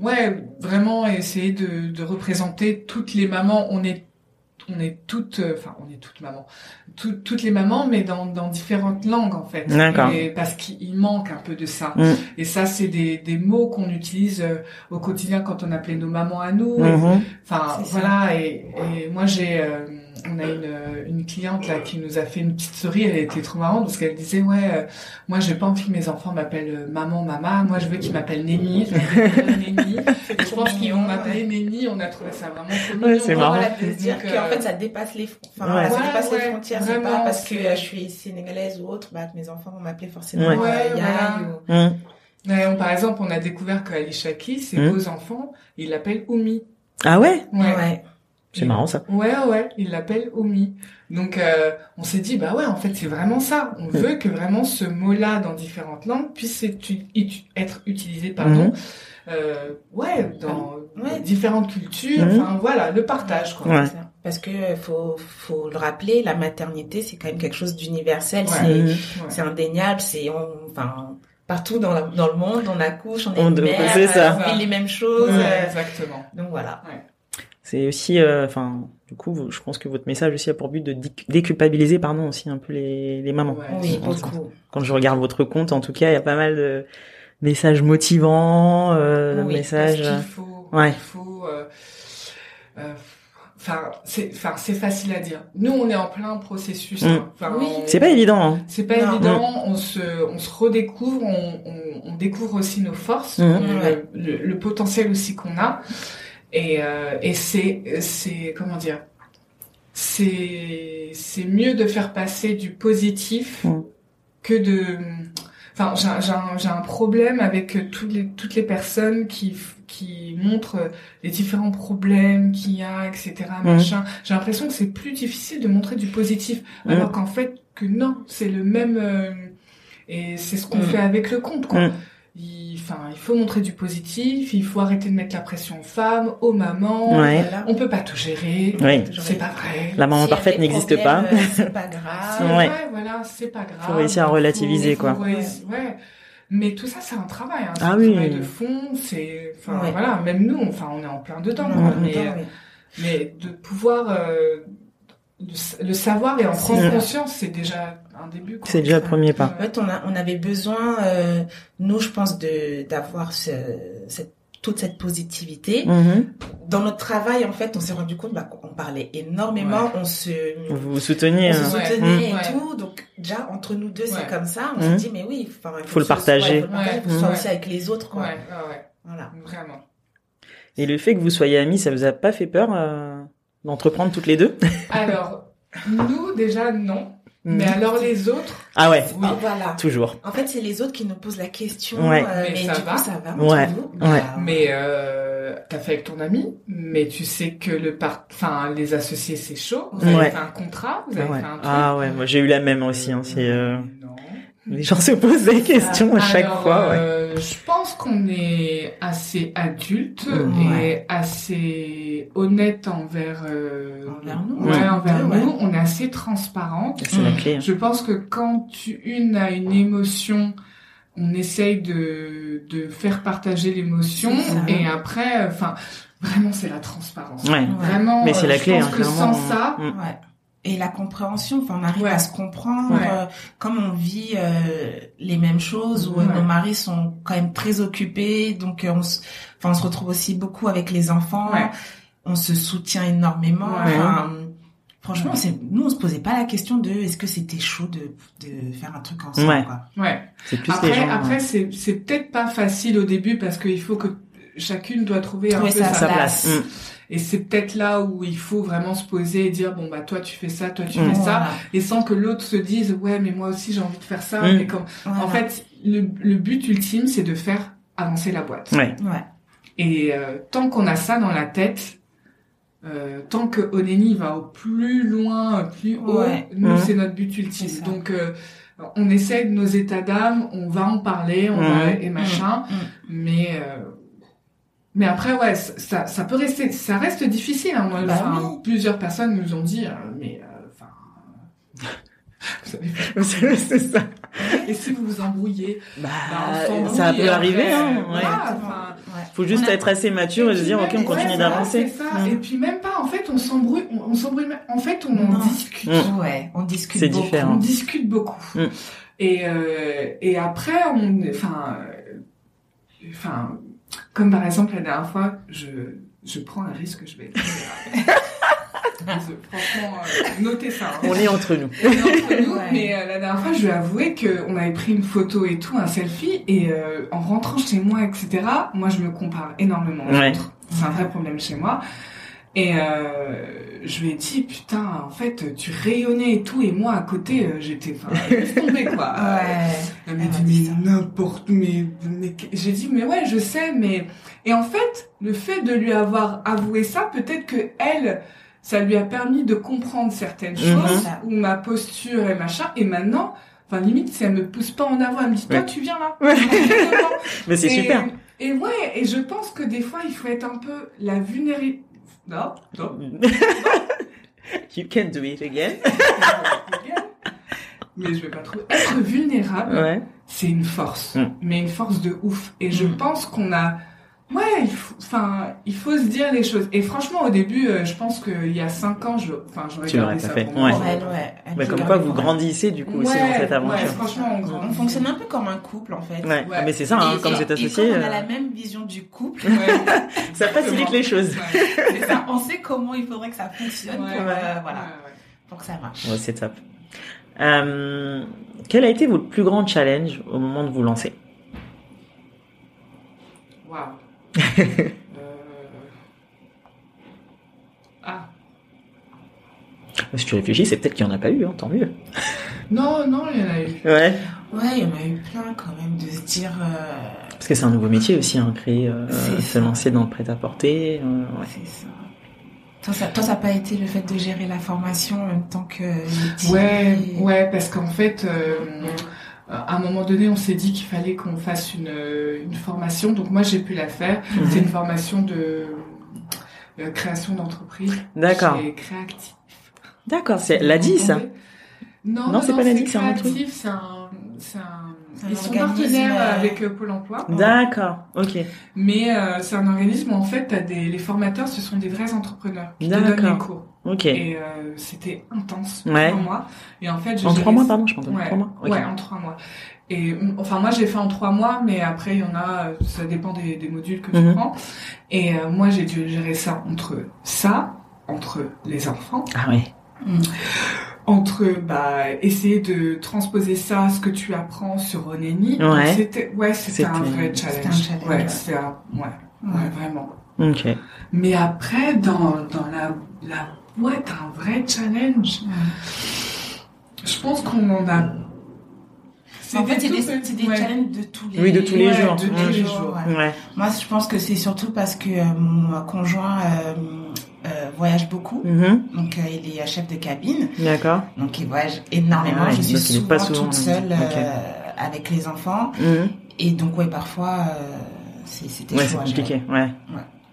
B: ouais, vraiment essayer de, de représenter toutes les mamans. On est, on est toutes, euh, enfin, on est toutes mamans, Tout- toutes les mamans, mais dans, dans différentes langues en fait.
A: D'accord.
B: Et Parce qu'il manque un peu de ça.
A: Mm.
B: Et ça, c'est des, des mots qu'on utilise euh, au quotidien quand on appelait nos mamans à nous. Et
A: Mhm.
B: Enfin,
C: Ah, C'est ça.
B: voilà, et, et moi j'ai, euh, on a une, euh, une cliente là qui nous a fait une petite story, elle était trop marrante parce qu'elle disait ouais, euh, moi j'ai pas envie que mes enfants m'appellent euh, maman, maman, moi je veux qu'ils m'appellent Néni, je m'appelle Néni, Et je
C: trop
B: pense qu'ils vont
C: mignon,
B: m'appeler Néni, on a trouvé ça vraiment trop
A: Ouais,
B: mignon.
A: c'est marrant.
C: Voilà, de se dire
B: Donc,
C: qu'en
B: euh,
C: fait, ça dépasse les, fr- enfin,
A: Ouais.
C: voilà, ça
B: Ouais,
C: dépasse
B: ouais,
C: les frontières. C'est
B: vraiment,
C: pas parce que
B: c'est-
C: euh, je suis sénégalaise ou autre, bah, que mes enfants vont m'appeler forcément
A: Ouais.
C: euh,
B: Ouais,
C: Yael
B: voilà.
C: ou-
A: Mhm.
B: ouais, on- par exemple, on a découvert que Ali Shaki, ses
A: Mhm.
B: beaux enfants, il l'appelle Oumi.
A: Ah ouais
B: Ouais.
C: Ouais.
A: C'est marrant ça.
B: Ouais, ouais, il l'appelle Omi. Donc, euh, on s'est dit, bah ouais, en fait, c'est vraiment ça. On veut que vraiment ce mot-là, dans différentes langues, puisse être, ut- ut- être utilisé, pardon,
A: Mhm.
B: euh, ouais, dans
C: Ah, Ouais.
B: différentes cultures,
A: Mhm.
B: enfin, voilà, le partage, quoi.
A: Ouais.
C: C'est ça. Parce que euh, faut, faut le rappeler, la maternité, c'est quand même quelque chose d'universel.
B: Ouais.
C: C'est,
A: Mhm.
B: Ouais.
C: c'est indéniable. C'est, on, enfin, partout dans, la- dans le monde, on accouche, on est
A: On
C: une
A: de-
C: mère,
A: c'est
C: euh,
A: ça.
C: on vit les mêmes
B: Ouais,
C: choses. euh,
B: exactement.
C: donc voilà.
A: C'est aussi, euh, enfin, du coup, vous- je pense que votre message aussi a pour but de déc- déculpabiliser, pardon, aussi un peu les, les mamans.
B: Ouais.
C: Oui,
A: Dans le sens-
C: beaucoup.
A: Quand je regarde votre compte, en tout cas, il y a pas mal de messages motivants, euh,
C: Oui,
A: messages.
B: Parce qu'il faut,
A: Ouais.
B: il faut, euh, euh, enfin, c'est, enfin, c'est facile à dire. Nous, on est en plein processus.
A: Mhm.
B: hein. Enfin,
C: Oui.
B: on-
A: C'est pas évident. hein.
B: C'est pas
C: Non.
B: évident, on se, on se redécouvre, on, on, on découvre aussi nos forces,
A: Mhm.
B: le- le, le potentiel aussi qu'on a. Et, euh, et c'est, c'est, comment dire, c'est, c'est mieux de faire passer du positif
A: Mhm.
B: que de. Enfin, j'ai, un- j'ai, un, j'ai un problème avec toutes les, toutes les personnes qui, f- qui montrent les différents problèmes qu'il y a, etc. Machin. J'ai l'impression que c'est plus difficile de montrer du positif. Alors qu'en fait, que non, c'est le même. euh, et c'est ce qu'on
C: Mm.
B: fait avec le compte, quoi.
A: Mm.
B: Il, enfin, il faut montrer du positif, il faut arrêter de mettre la pression aux femmes, aux mamans.
A: Ouais.
C: Voilà.
B: On peut pas tout gérer.
A: Oui.
C: Toujours
B: C'est
C: les-
B: pas vrai. Ah,
A: La maman
C: S'il y a
A: parfaite
C: des
A: n'existe pas.
C: problèmes, euh, C'est pas
B: C'est
C: grave.
A: Ouais.
B: vrai, voilà, c'est pas grave.
A: Faut réussir à
B: Faut-
A: relativiser,
B: faut
A: quoi.
B: réuss- Ouais. Mais tout ça, c'est un travail. Hein. C'est
A: Ah
B: un
A: oui.
B: travail de fond. C'est, enfin,
C: Ouais.
B: voilà, même nous, enfin, on est en plein dedans.
C: Non,
B: quoi.
A: Mm.
B: Mais,
C: non,
B: euh,
C: oui.
B: mais de pouvoir euh, le, sa- le savoir et en prendre
A: ça.
B: conscience, c'est déjà un début. quoi.
A: C'est déjà le premier pas.
C: En fait, on, a, on avait besoin, euh, nous, je pense, de d'avoir ce, cette toute cette positivité.
A: Mhm.
C: Dans notre travail, en fait, on s'est rendu compte bah, qu'on parlait énormément, on se,
A: Vous vous
C: on
A: soutenez.
C: se
A: hein.
B: Ouais.
C: soutenait et
B: Ouais.
C: tout. Donc déjà entre nous deux,
B: Ouais.
C: c'est comme ça. On
A: Mhm.
C: s'est dit mais oui, enfin, il
A: Faut le
C: que ce soit-
A: partager.
C: il faut le partager,
B: Ouais.
C: faut que ce soit
B: Mhm.
C: aussi avec les autres.
B: Ouais,
C: Quoi.
B: ouais, ouais.
C: Voilà.
B: Vraiment.
A: Et le fait que vous soyez amis, ça vous a pas fait peur euh, d'entreprendre toutes les deux
B: Alors, nous, déjà, non. Mais
A: Mhm.
B: alors, les autres,
A: Ah ouais,
B: Oui.
C: Oh, voilà.
A: toujours.
C: En fait, c'est les autres qui nous posent la question.
A: Ouais.
C: euh,
B: Mais
C: et
B: ça
C: du
B: va
C: coup, ça va.
A: Ouais.
C: entre nous.
A: Ouais.
C: Bah,
B: mais euh, t'as fait avec ton ami, mais tu sais que le part... enfin, les associés, c'est chaud. Vous avez
A: Ouais.
B: fait un contrat, vous avez
A: Ouais.
B: fait un truc.
A: Ah ouais, moi j'ai eu la même aussi. Hein, c'est, euh,
B: Non.
A: Les gens se posent
C: Ah,
A: des questions à chaque
B: Alors,
A: fois. Ouais.
B: euh, je pense qu'on est assez adulte
A: Mmh.
B: et assez honnête envers, euh,
C: Envers nous.
B: ouais,
A: Ouais.
B: envers
C: Ouais, ouais.
B: nous. On est assez transparente.
A: C'est la clé. hein.
B: Je pense que quand tu- une a une émotion, on essaye de, de faire partager l'émotion
C: C'est ça.
B: et après, enfin, vraiment c'est la transparence.
A: hein. Ouais.
C: Ouais.
B: Vraiment,
A: Mais c'est
B: euh,
A: la
B: je
A: clé,
B: pense
A: hein,
B: que
A: clairement.
B: sans ça,
A: Mm.
C: Ouais. Et la compréhension, enfin, on arrive
B: Ouais.
C: à se comprendre,
B: Ouais.
C: euh, comme on vit euh, les mêmes choses, où euh,
B: Ouais.
C: nos maris sont quand même très occupés, donc euh, on, se, enfin, on se retrouve aussi beaucoup avec les enfants,
B: Ouais.
C: on se soutient énormément.
B: Ouais.
C: enfin, franchement, c'est, nous on se posait pas la question de est-ce que c'était chaud de, de faire un truc ensemble.
A: Ouais.
C: Quoi.
B: ouais.
A: C'est plus les
B: Après,
A: gens.
B: après
A: hein.
B: c'est c'est peut-être pas facile au début parce qu'il faut que chacune doit trouver,
C: Trouver
B: un peu
C: sa
B: sa,
A: Sa place.
B: place.
C: place.
A: Mm.
B: Et c'est peut-être là où il faut vraiment se poser et dire bon bah toi tu fais ça, toi tu
A: Mm.
B: fais ça,
C: Voilà.
B: et sans que l'autre se dise ouais mais moi aussi j'ai envie de faire ça.
A: Mm.
B: Mais comme en
C: Voilà.
B: fait le, le but ultime c'est de faire avancer la boîte.
A: Ouais.
C: ouais.
B: Et euh, tant qu'on a ça dans la tête, euh, tant que Oneni va au plus loin, au plus haut,
C: Ouais.
B: nous
A: Mhm.
B: c'est notre but ultime.
C: C'est ça.
B: Donc euh, on essaie de nos états d'âme, on va en parler, on va
A: Mhm.
B: et machin,
C: Mhm.
B: mais euh, mais après ouais, c- ça ça peut rester, ça reste difficile. hein. Moi,
C: Bah
B: enfin,
C: oui.
B: plusieurs personnes nous ont dit, euh, mais euh, enfin. vous savez pas.
A: Vous savez, c'est ça.
B: Et si vous vous embrouillez,
A: Bah,
C: Euh,
B: Bah, on s'en
A: ça
B: fout, et
A: peut arriver.
B: après,
A: Hein,
B: euh,
A: ouais.
B: voilà. Ah,
C: Exactement.
B: enfin,
C: Ouais.
A: Faut juste
C: On a-
A: être assez mature et se dire
B: puis
A: ok, on
B: même-
A: continue
B: ouais, voilà,
A: d'avancer.
B: c'est ça.
C: Mhm.
B: Et puis même pas, en fait, on s'embrouille, on, on s'embrouille, même- en fait, on en
C: Non.
B: discute.
C: Ouais, on discute
A: Hum, Mm. C'est
C: beaucoup.
A: différent.
B: On discute beaucoup.
A: Mm.
B: Et, euh, et après, on, enfin, euh, enfin, comme par exemple la dernière fois, je, je prends un risque, je vais être Je- Franchement, euh, notez ça. hein.
A: On est entre nous.
B: On est entre nous,
C: Ouais.
B: Mais euh, la dernière fois, je lui ai avoué qu'on avait pris une photo et tout, un selfie, et euh, en rentrant chez moi, etc., moi, je me compare énormément aux
A: Ouais.
B: autres. C'est un vrai problème chez moi. Et euh, je lui ai dit, putain, en fait, tu rayonnais et tout, et moi, à côté, euh, j'étais, enfin, laisse tomber, quoi.
C: Ouais.
B: Elle m'a
C: Ah,
B: dit,
C: putain.
B: mais n'importe, mais, mais- j'ai dit, mais ouais, je sais, mais, et en fait, le fait de lui avoir avoué ça, peut-être que elle, ça lui a permis de comprendre certaines
A: Mhm.
B: choses, ou ma posture et machin, et maintenant, enfin, limite, si elle me pousse pas en avant, elle me dit, toi,
A: Ouais.
B: tu viens là.
A: Ouais.
B: Exactement.
A: Mais c'est
B: Et-
A: super.
B: Et ouais, et je pense que des fois, il faut être un peu la vulnérabilité. Non, non.
A: you can do it again.
B: Mais je vais pas trop. Être vulnérable,
A: Ouais.
B: c'est une force,
A: Mm.
B: mais une force de ouf. Et je
C: Mm.
B: pense qu'on a, ouais, il faut, enfin, il faut se dire les choses. Et franchement, au début, euh, je pense qu'il y a cinq ans, je, enfin, j'aurais
A: Tu l'aurais
B: gardé
A: pas
B: ça
A: fait,
B: pour
A: ouais.
B: moi.
C: Pour elle, ouais. Elle
A: Mais
C: peut
A: comme quoi,
C: garder
A: vous
C: pour elle.
A: grandissez du coup aussi
B: Ouais,
A: dans cette
B: Ouais,
A: aventure.
B: franchement, on grandit.
C: On fonctionne un peu comme un couple en fait.
A: Ouais. Ah, Mais c'est ça, hein,
C: Et-
A: quand
C: et-
A: vous êtes
C: et
A: associé,
C: quand on
A: euh,
C: a la même vision du
B: Ouais,
C: couple,
A: ça facilite les choses.
B: exactement.
C: c'est ça, on sait comment il faudrait que ça fonctionne
B: Ouais,
C: pour,
B: ouais,
C: euh,
B: ouais,
C: voilà,
B: ouais.
C: pour que ça marche.
A: Ouais, c'est top. Euh, quel a été votre plus grand challenge au moment de vous lancer
B: Waouh. Euh, Ah.
A: Si tu réfléchis, c'est peut-être qu'il n'y en a pas eu, hein, tant mieux.
B: Non, non, il y en a eu.
A: Ouais.
C: Ouais, il y en a eu plein quand même de se dire. euh,
A: Parce que c'est un nouveau métier aussi, hein, créer, euh,
C: C'est
A: se
C: ça.
A: lancer dans le prêt-à-porter. euh, ouais.
C: C'est ça. Toi, ça toi, ça n'a pas été le fait de gérer la formation en même temps que les petits.
B: Ouais, ouais, parce qu'en fait, euh, on- à un moment donné, on s'est dit qu'il fallait qu'on fasse une, euh, une formation. Donc moi, j'ai pu la faire.
A: Mhm.
B: C'est une formation de euh, création d'entreprise.
A: D'accord.
B: Chez Créactif.
A: D'accord, c'est l'ADI ça.
B: Non,
A: Non,
B: non,
A: c'est
B: non,
A: pas l'ADI,
B: c'est
A: c'est un
B: Créactif, c'est un... c'est un-
C: C'est un
B: Ils sont
C: organisme,
B: partenaires
C: euh,
B: avec euh, Pôle emploi,
A: D'accord, ok.
B: mais euh, c'est un organisme où en fait t'as des... les formateurs, ce sont des vrais entrepreneurs qui te donnent
A: D'accord.
B: les cours.
A: Ok.
B: Et euh, c'était intense
A: Ouais.
B: pour moi. Et en fait, je
A: En
B: gérais
A: trois mois,
B: ça-
A: pardon, je pense. En
B: Ouais,
A: trois mois. Ok.
B: ouais, en trois mois. Et mm, enfin, moi, j'ai fait en trois mois, mais après, il y en a, euh, ça dépend des, des modules que
A: Mhm.
B: tu prends. Et euh, moi, j'ai dû gérer ça entre ça, entre les enfants,
A: Ah ouais.
B: entre bah, essayer de transposer ça, ce que tu apprends sur Oneni. Donc,
A: Ouais.
B: C'était, ouais, c'était un
A: C'était-
B: vrai
C: c'était
B: challenge.
C: un challenge,
B: Ouais,
C: ouais.
B: c'était un- ouais, ouais, vraiment.
A: Ok.
B: Mais après, dans, dans la, la boîte, un vrai challenge. Je pense qu'on en a.
C: En fait, c'est
B: tout petits,
C: des, c'est des
B: ouais.
C: challenges de tous les,
A: Oui, de tous les
B: Ouais,
A: jours.
B: de tous
C: tous les
B: les
C: jours,
B: jours.
C: ouais.
A: Ouais.
C: Moi, je pense que c'est surtout parce que euh, mon conjoint euh, euh, voyage beaucoup.
A: Mhm.
C: Donc, euh, il est chef de cabine.
A: D'accord.
C: Donc, il voyage énormément.
A: Ah ouais,
C: je suis
A: donc il est
C: souvent,
A: pas souvent,
C: toute seule
A: hein.
C: euh,
A: Ok.
C: avec les enfants.
A: Mhm.
C: Et donc, ouais, parfois, euh, c'est- c'était
A: Ouais,
C: chaud
A: c'est
C: à gérer.
A: compliqué. Ouais.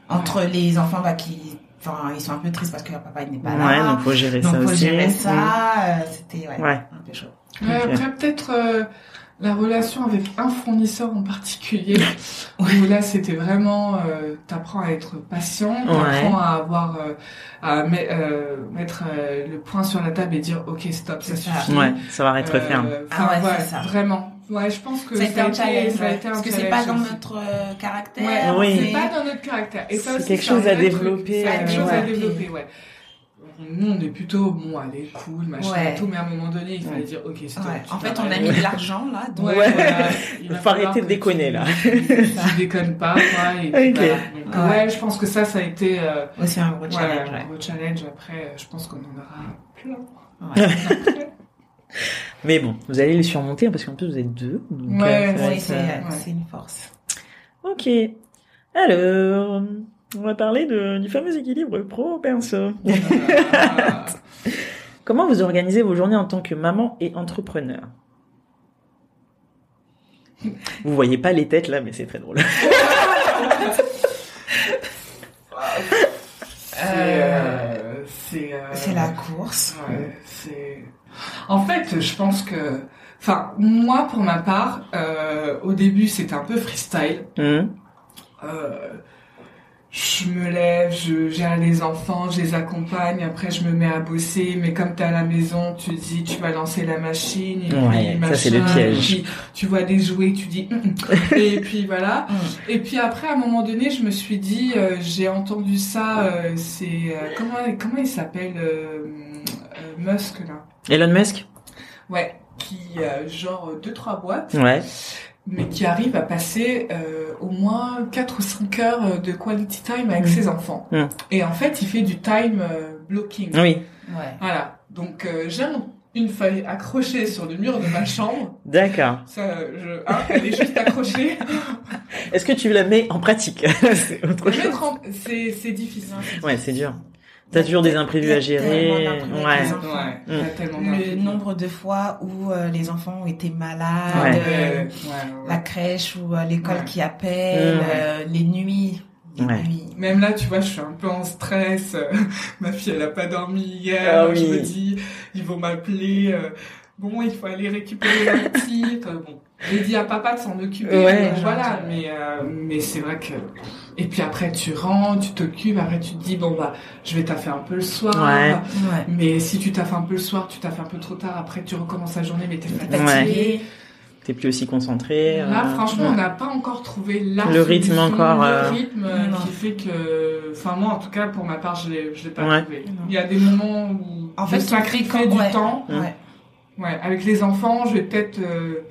C: Entre les enfants bah, qui... Enfin, ils sont un peu tristes parce que leur papa il n'est pas
A: ouais,
C: Bah là.
A: donc faut gérer
C: donc,
A: ça
C: faut
A: aussi.
C: gérer ça. euh, c'était ouais,
A: Mhm. Ouais.
C: un peu chaud.
B: Ouais,
A: Ok.
B: Après, peut-être euh, la relation avec un fournisseur en particulier, où là, c'était vraiment, euh, t'apprends à être patient, t'apprends à avoir, euh, à me- euh, mettre euh, le point sur la table et dire, ok, stop, ça
C: C'est ça.
B: suffit.
A: Ouais, ça va être
B: Euh,
A: ferme.
B: enfin,
C: Ah ouais,
B: ouais,
C: c'est ça.
B: Vraiment. Ouais, je pense que
C: Ça a été un
B: a été-
C: challenge.
B: ça a
C: ouais.
B: été un
C: parce que c'est pas dans
B: challenge aussi.
C: notre euh,
B: Ouais,
C: caractère.
A: Oui.
C: c'est-
B: c'est pas dans notre caractère. Et ça
A: C'est
B: aussi,
A: quelque
B: un
A: chose à
B: vrai truc.
A: développer,
B: C'est quelque
C: euh,
B: chose à
C: ouais.
B: développer, ouais. Nous, on est plutôt, bon, allez, cool, machin
C: Ouais.
B: et tout, mais à un moment donné, il fallait
A: Ouais.
B: dire, ok, stop.
C: Ouais.
B: tu
C: En fait,
B: t'arrêtes.
C: on a mis de l'argent là. Donc, euh,
B: Ouais,
A: Ouais.
B: voilà. Il va
A: Faut arrêter
B: falloir
A: de
B: que
A: déconner, là.
B: Tu tu déconnes pas, quoi. Et puis
A: Ok.
B: voilà. Donc,
C: Ouais.
B: ouais. je pense que ça, ça a été euh,
C: Ouais, c'est un gros
B: ouais,
C: challenge.
B: un
C: ouais.
B: gros challenge. Après, euh, je pense qu'on en aura plein.
C: Ouais.
A: Mais bon, vous allez les surmonter hein, parce qu'en plus vous êtes deux. donc,
B: Ouais,
A: euh, ça va
C: Oui,
A: être,
C: c'est
A: euh,
B: ouais.
C: c'est une force.
A: Ok. Alors, on va parler de, du fameux équilibre pro-perso.
B: Voilà.
A: Comment vous organisez vos journées en tant que maman et entrepreneur Vous voyez pas les têtes là, mais c'est très drôle.
B: C'est, euh, c'est, euh,
C: C'est la course.
B: Ouais, c'est. En fait, je pense que. Enfin, moi, pour ma part, euh, au début, c'était un peu freestyle.
A: Hum,
B: Euh, je me lève, je gère les enfants, je les accompagne, après je me mets à bosser, mais comme t'es à la maison, tu te dis tu vas lancer la machine, et
A: Ouais,
B: puis
A: ça, c'est le
B: machin,
A: piège.
B: et puis tu vois des jouets, tu dis Hum, hum. et puis voilà. Et puis après, à un moment donné, je me suis dit, euh, j'ai entendu ça, euh, c'est euh, comment comment il s'appelle euh, euh, Musk là,
A: Elon Musk
B: ouais, qui euh, genre deux trois boîtes
A: Ouais.
B: mais qui arrive à passer euh, au moins 4 ou 5 heures euh, de quality time avec
A: Mm.
B: ses enfants.
A: Mm.
B: Et en fait, il fait du time euh, blocking.
A: Oui.
C: Ouais.
B: Voilà. Donc, euh, j'ai un- une feuille accrochée sur le mur de ma chambre.
A: D'accord.
B: Ça, je, hein, elle est juste accrochée.
A: Est-ce que tu la mets en pratique C'est autre chose.
B: Mettre en- C'est c'est difficile.
A: Ouais, c'est dur. T'as toujours des imprévus à gérer.
C: Ouais.
A: Ouais.
B: Ouais,
A: Mm.
B: t'as tellement
C: Le
B: d'imprévus.
C: nombre de fois où euh, les enfants ont été
B: Ouais,
C: malades,
B: ouais,
C: euh,
B: ouais.
C: la crèche ou euh, l'école
B: Ouais.
C: qui appelle,
A: Mmh.
C: euh, les nuits. Les
A: Ouais.
C: nuits.
B: Même là, tu vois, je suis un peu en stress. euh, Ma fille, elle a pas dormi hier.
A: Ah
B: Je
A: oui.
B: me dis, ils vont m'appeler. euh, Bon, il faut aller récupérer la petite. Euh, Bon, j'ai dit à papa de s'en occuper.
A: Ouais.
B: donc voilà, mais euh, mais c'est vrai que. Et puis après, tu rentres, tu t'occupes. Après, tu te dis bon bah, je vais taffer un peu le soir.
A: Ouais.
C: Ouais.
B: Mais si tu taffes un peu le soir, tu taffes un peu trop tard. Après, tu recommences la journée, mais t'es
C: T'es
B: fatigué.
C: fatigué.
A: T'es plus aussi concentré.
B: Là,
A: euh,
B: Ah, franchement,
A: ouais.
B: on n'a pas encore trouvé la
A: Le rythme
B: solution,
A: encore,
B: Le
A: euh,
B: rythme euh,
C: non.
B: qui fait que. Enfin, moi, en tout cas, pour ma part, je l'ai- je l'ai pas
A: Ouais.
B: trouvé.
C: Non.
B: Il y a des moments où.
C: En
B: je
C: fait,
B: sacrifie
C: quand-
B: du
C: ouais.
B: temps.
A: Mmh.
C: Ouais.
B: Ouais, avec les enfants, je vais peut-être euh,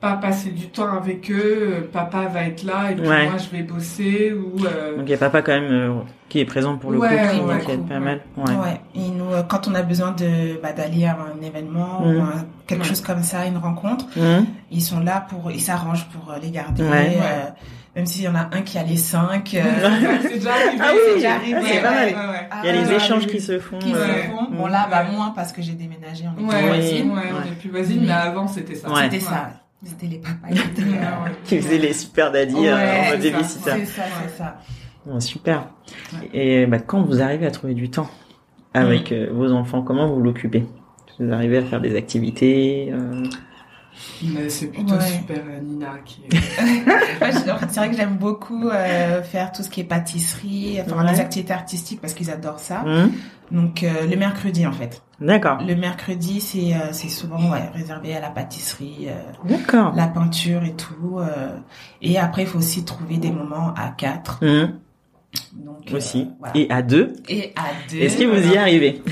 B: pas passer du temps avec eux. euh, Papa va être là et puis
A: Ouais.
B: moi, je vais bosser. Ou, euh,
A: Donc il y a papa quand même euh, qui est présent pour le
B: Ouais,
A: coup, qui
C: ouais,
A: qui aide
B: cool,
A: pas
B: ouais.
A: mal. Ouais.
C: Ouais. Et nous, euh, quand on a besoin de bah, d'aller à un événement
A: Mmh.
C: ou un- quelque
B: Ouais.
C: chose comme ça, une rencontre,
A: Hum,
C: ils sont là pour, ils s'arrangent pour euh, les garder.
A: Ouais.
C: euh, même s'il y en a un qui a les cinq.
B: c'est
C: euh,
B: ça, c'est déjà arrivé.
A: Ah oui,
B: c'est déjà
C: ah,
B: arrivé.
C: c'est pas
A: mal.
B: ouais, ouais.
A: Il y a les
C: Ah,
A: échanges
C: oui.
A: qui se font. euh,
C: qui se
B: Ouais.
C: font.
A: Mm.
C: Bon là, bah
B: Ouais.
C: moins parce que j'ai déménagé en
B: Ouais,
C: étant
A: Oui.
B: ouais,
C: voisine.
B: on
A: Ouais.
B: n'est plus voisine, mais avant, c'était ça.
A: Ouais.
C: Mm. C'était ça. C'était les papas qui étaient
B: Ouais, ouais.
C: là.
A: Qui faisait les super daddies euh,
C: Ouais,
A: en mode
B: c'est ça.
A: babysitter.
C: C'est ça, c'est ça.
A: Bon, super. Et bah, quand vous arrivez à trouver du temps avec
B: Mm.
A: euh, vos enfants, comment vous l'occupez Vous arrivez à faire des activités euh,
B: Mais c'est plutôt
C: Ouais.
B: super euh, Nina qui est.
C: Moi, je- en fait, c'est vrai que j'aime beaucoup euh, faire tout ce qui est pâtisserie, enfin
A: Ouais.
B: Ah.
C: les activités artistiques parce qu'ils adorent ça.
A: hum
C: Donc euh, le mercredi en fait.
A: D'accord.
C: Le mercredi, c'est euh, c'est souvent ouais, réservé à la pâtisserie, euh,
A: D'accord.
C: la peinture et tout. euh, et après, il faut aussi trouver des moments à quatre.
A: Mhm,
C: Donc, euh,
A: aussi.
C: voilà.
A: Et à deux,
C: et... à deux.
A: est-ce que vous y arrivez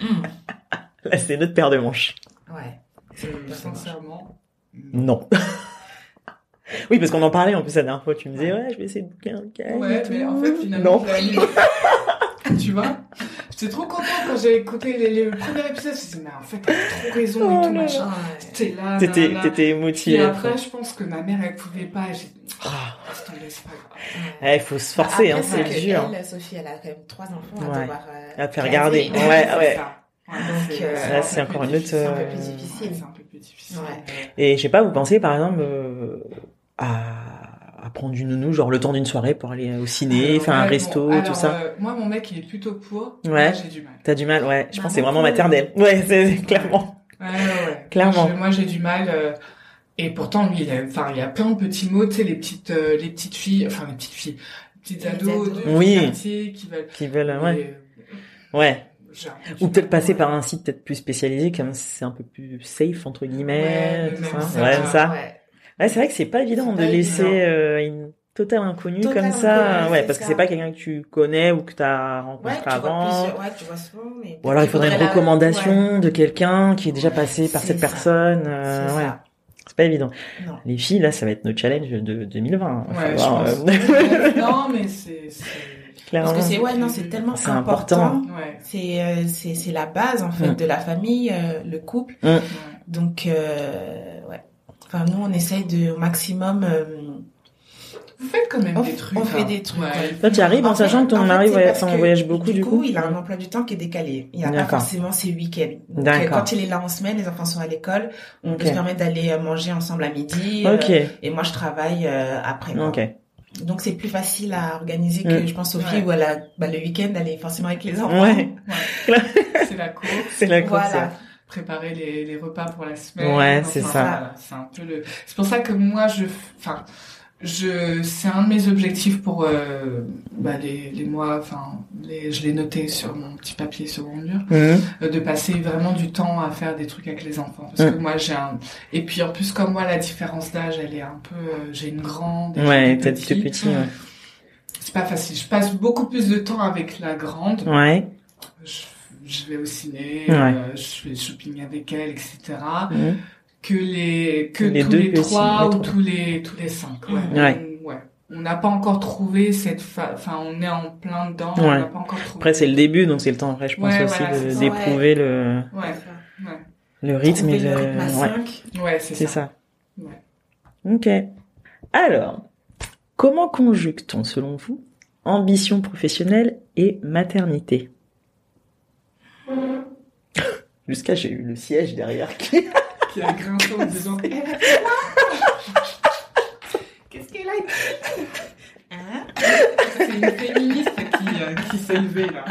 B: Mm.
A: Là, c'est notre paire de manches.
C: Ouais.
B: Et Sincèrement.
A: Non. oui, parce qu'on en parlait en plus la dernière fois. Tu me disais, ouais, je vais essayer de boucler un cas.
B: Ouais, mais en fait,
A: Eh, Non.
B: finalement, je l'ai annulé. tu vois J'étais trop contente quand j'ai écouté les- les- le premier épisode. Je me suis dit, mais en fait, t'as trop raison
A: Oh
B: et tout,
A: là
B: machin.
C: Ah,
B: T'étais là.
A: T'étais,
B: nanana.
A: t'étais
B: Et
A: émotive.
B: après, je pense que ma mère, elle pouvait pas. et J'ai dit, oh,
A: Ah,
B: laisse tomber, c'est pas grave.
C: ouais.
A: ouais, faut se forcer, hein,
C: Après,
A: c'est
C: que
A: dur.
C: Elle, Sophie, elle a quand même trois enfants
A: Ouais.
C: à devoir. euh,
A: À faire
C: caser.
A: garder.
C: Ouais.
A: Ouais,
B: c'est
A: ouais.
B: ça. Ouais,
C: Donc, euh,
B: un
C: là,
B: peu
A: c'est
B: plus
A: encore une autre,
B: difficile.
A: euh,
B: un peu plus difficile.
C: Ouais.
B: C'est un peu plus difficile.
A: Et je sais pas, vous pensez par exemple euh, à, à prendre une nounou, genre le temps d'une soirée pour aller au ciné,
B: Alors,
A: faire un
B: Ah, ouais,
A: resto,
B: bon,
A: tout
B: alors,
A: ça.
B: euh, moi, mon mec, il est plutôt pour.
A: Ouais.
B: Moi, J'ai du mal.
A: T'as du mal, ouais. Je pense que c'est
C: Maman,
A: vraiment maternelle. Ouais, c'est c'est clairement.
B: Ouais, ouais, ouais.
A: Clairement.
B: Moi, je- Moi, j'ai du mal. euh, et pourtant, lui, il a, enfin, il a plein de petits mots, tu sais, les petites, euh, les petites filles, enfin, les petites filles, les petites
C: Les
B: ados,
C: ados.
B: de
A: Oui.
B: du quartier qui veulent.
A: Qui veulent, ouais,
B: Et,
A: ouais.
B: euh, j'ai un peu du
A: Ou peut-être
B: mal,
A: passer
B: ouais.
A: par un site peut-être plus spécialisé, comme c'est un peu plus safe entre guillemets,
B: Ouais,
A: tout
B: même
A: ça.
B: ça,
A: ouais,
B: ouais.
A: ça.
C: Ouais.
A: Ouais, c'est vrai que c'est pas évident
C: C'est
A: de
C: pas
A: laisser
C: évident.
A: euh, une totale inconnue
C: Totale
A: comme ça,
C: inconnue,
A: ouais,
C: c'est
A: parce que
C: ça.
A: c'est pas quelqu'un que tu connais ou que t'as rencontré
C: Ouais, tu
A: avant.
C: vois plusieurs- ouais, tu vois souvent. mais
A: Ou alors il faudrait une
C: la- Ouais,
A: recommandation de quelqu'un qui est déjà passé par
C: C'est
A: cette
C: ça.
A: personne.
C: c'est
A: euh, ouais.
C: ça.
A: C'est pas évident.
C: Non.
A: Les filles, là, ça va être notre challenge de 2020. hein. Faut
B: Ouais, je
A: voir,
B: pense.
A: euh,
B: non, mais c'est, c'est,
C: Parce
A: clairement.
C: que c'est ouais, non, c'est tellement
A: C'est important.
C: important.
B: ouais.
C: C'est euh, c'est c'est la base en fait
A: Mm.
C: de la famille, euh, le couple.
A: Mm.
C: Donc euh, ouais. Enfin nous on essaye de au maximum. euh,
B: Vous faites quand même
C: On-
B: des trucs.
C: on fait
B: hein.
C: des trucs, ouais.
A: Toi, tu arrives en
C: En fait-
A: sachant que ton
C: en fait,
A: mari
C: c'est
A: voya-
C: parce
A: enfin,
C: que,
A: voyage beaucoup, du, coup.
C: il a un emploi du temps qui est décalé. Il n'y a pas
A: D'accord.
C: forcément ses week-ends. Donc, euh,
A: D'accord.
C: Quand il est là en semaine, les enfants sont à l'école, on peut
A: Ok.
C: se permettre d'aller euh, manger ensemble à midi. euh,
A: Ok,
C: et moi, je travaille euh, après. quoi.
A: ok.
C: Donc, c'est plus facile à organiser que,
A: Mm.
C: je pense, Sophie,
B: Ouais.
C: où elle a, bah, le week-end, elle est forcément avec les enfants.
A: Ouais,
B: C'est la course.
A: c'est la course.
C: Voilà.
B: préparer les, les repas pour la semaine.
A: Ouais, c'est
B: Enfin,
A: ça.
B: voilà, C'est un peu le. C'est pour ça que moi, je, enfin, je, c'est un de mes objectifs pour euh, bah, les, les mois. Enfin, les, je l'ai noté sur mon petit papier sur mon mur,
A: Mhm.
B: euh, de passer vraiment du temps à faire des trucs avec les enfants. Parce
A: Mm.
B: que moi, j'ai un. Et puis en plus, comme moi, la différence d'âge, elle est un peu. euh, j'ai une grande. et j'ai
A: Ouais,
B: des
A: t'es
B: petits.
A: tout petit. Ouais.
B: C'est pas facile. Je passe beaucoup plus de temps avec la grande
A: ouais.
B: je, je vais au ciné,
A: Mm. Ouais.
B: euh, je fais shopping avec elle, etc.
A: Mhm.
B: Que les que
A: Les
B: tous
A: deux
B: les
A: petits,
B: trois
A: les
B: ou
A: trois.
B: tous les tous les cinq. Ouais.
C: Mhm.
A: Ouais.
B: On- ouais. On n'a pas encore trouvé cette. fa- Enfin, on est en plein dedans. On
A: Ouais.
B: n'a pas encore trouvé.
A: Après, c'est le début, donc c'est le temps, après, je pense
B: Ouais,
A: aussi,
B: voilà,
A: de-
B: c'est
C: ça.
A: d'éprouver le,
B: Ouais,
A: le rythme
C: Trouver
A: et
C: le
A: le-
C: rythme à
A: ouais.
C: cinq.
B: ouais, c'est
A: C'est ça.
B: ça. Ouais.
A: Ok. Alors, comment conjugue-t-on, selon vous, ambition professionnelle et maternité Jusqu'à j'ai eu le siège derrière qui.
B: Qui a grincé en disant.
C: Qu'est-ce qu'elle a Hein
B: C'est une féministe qui, euh, qui s'est levée là.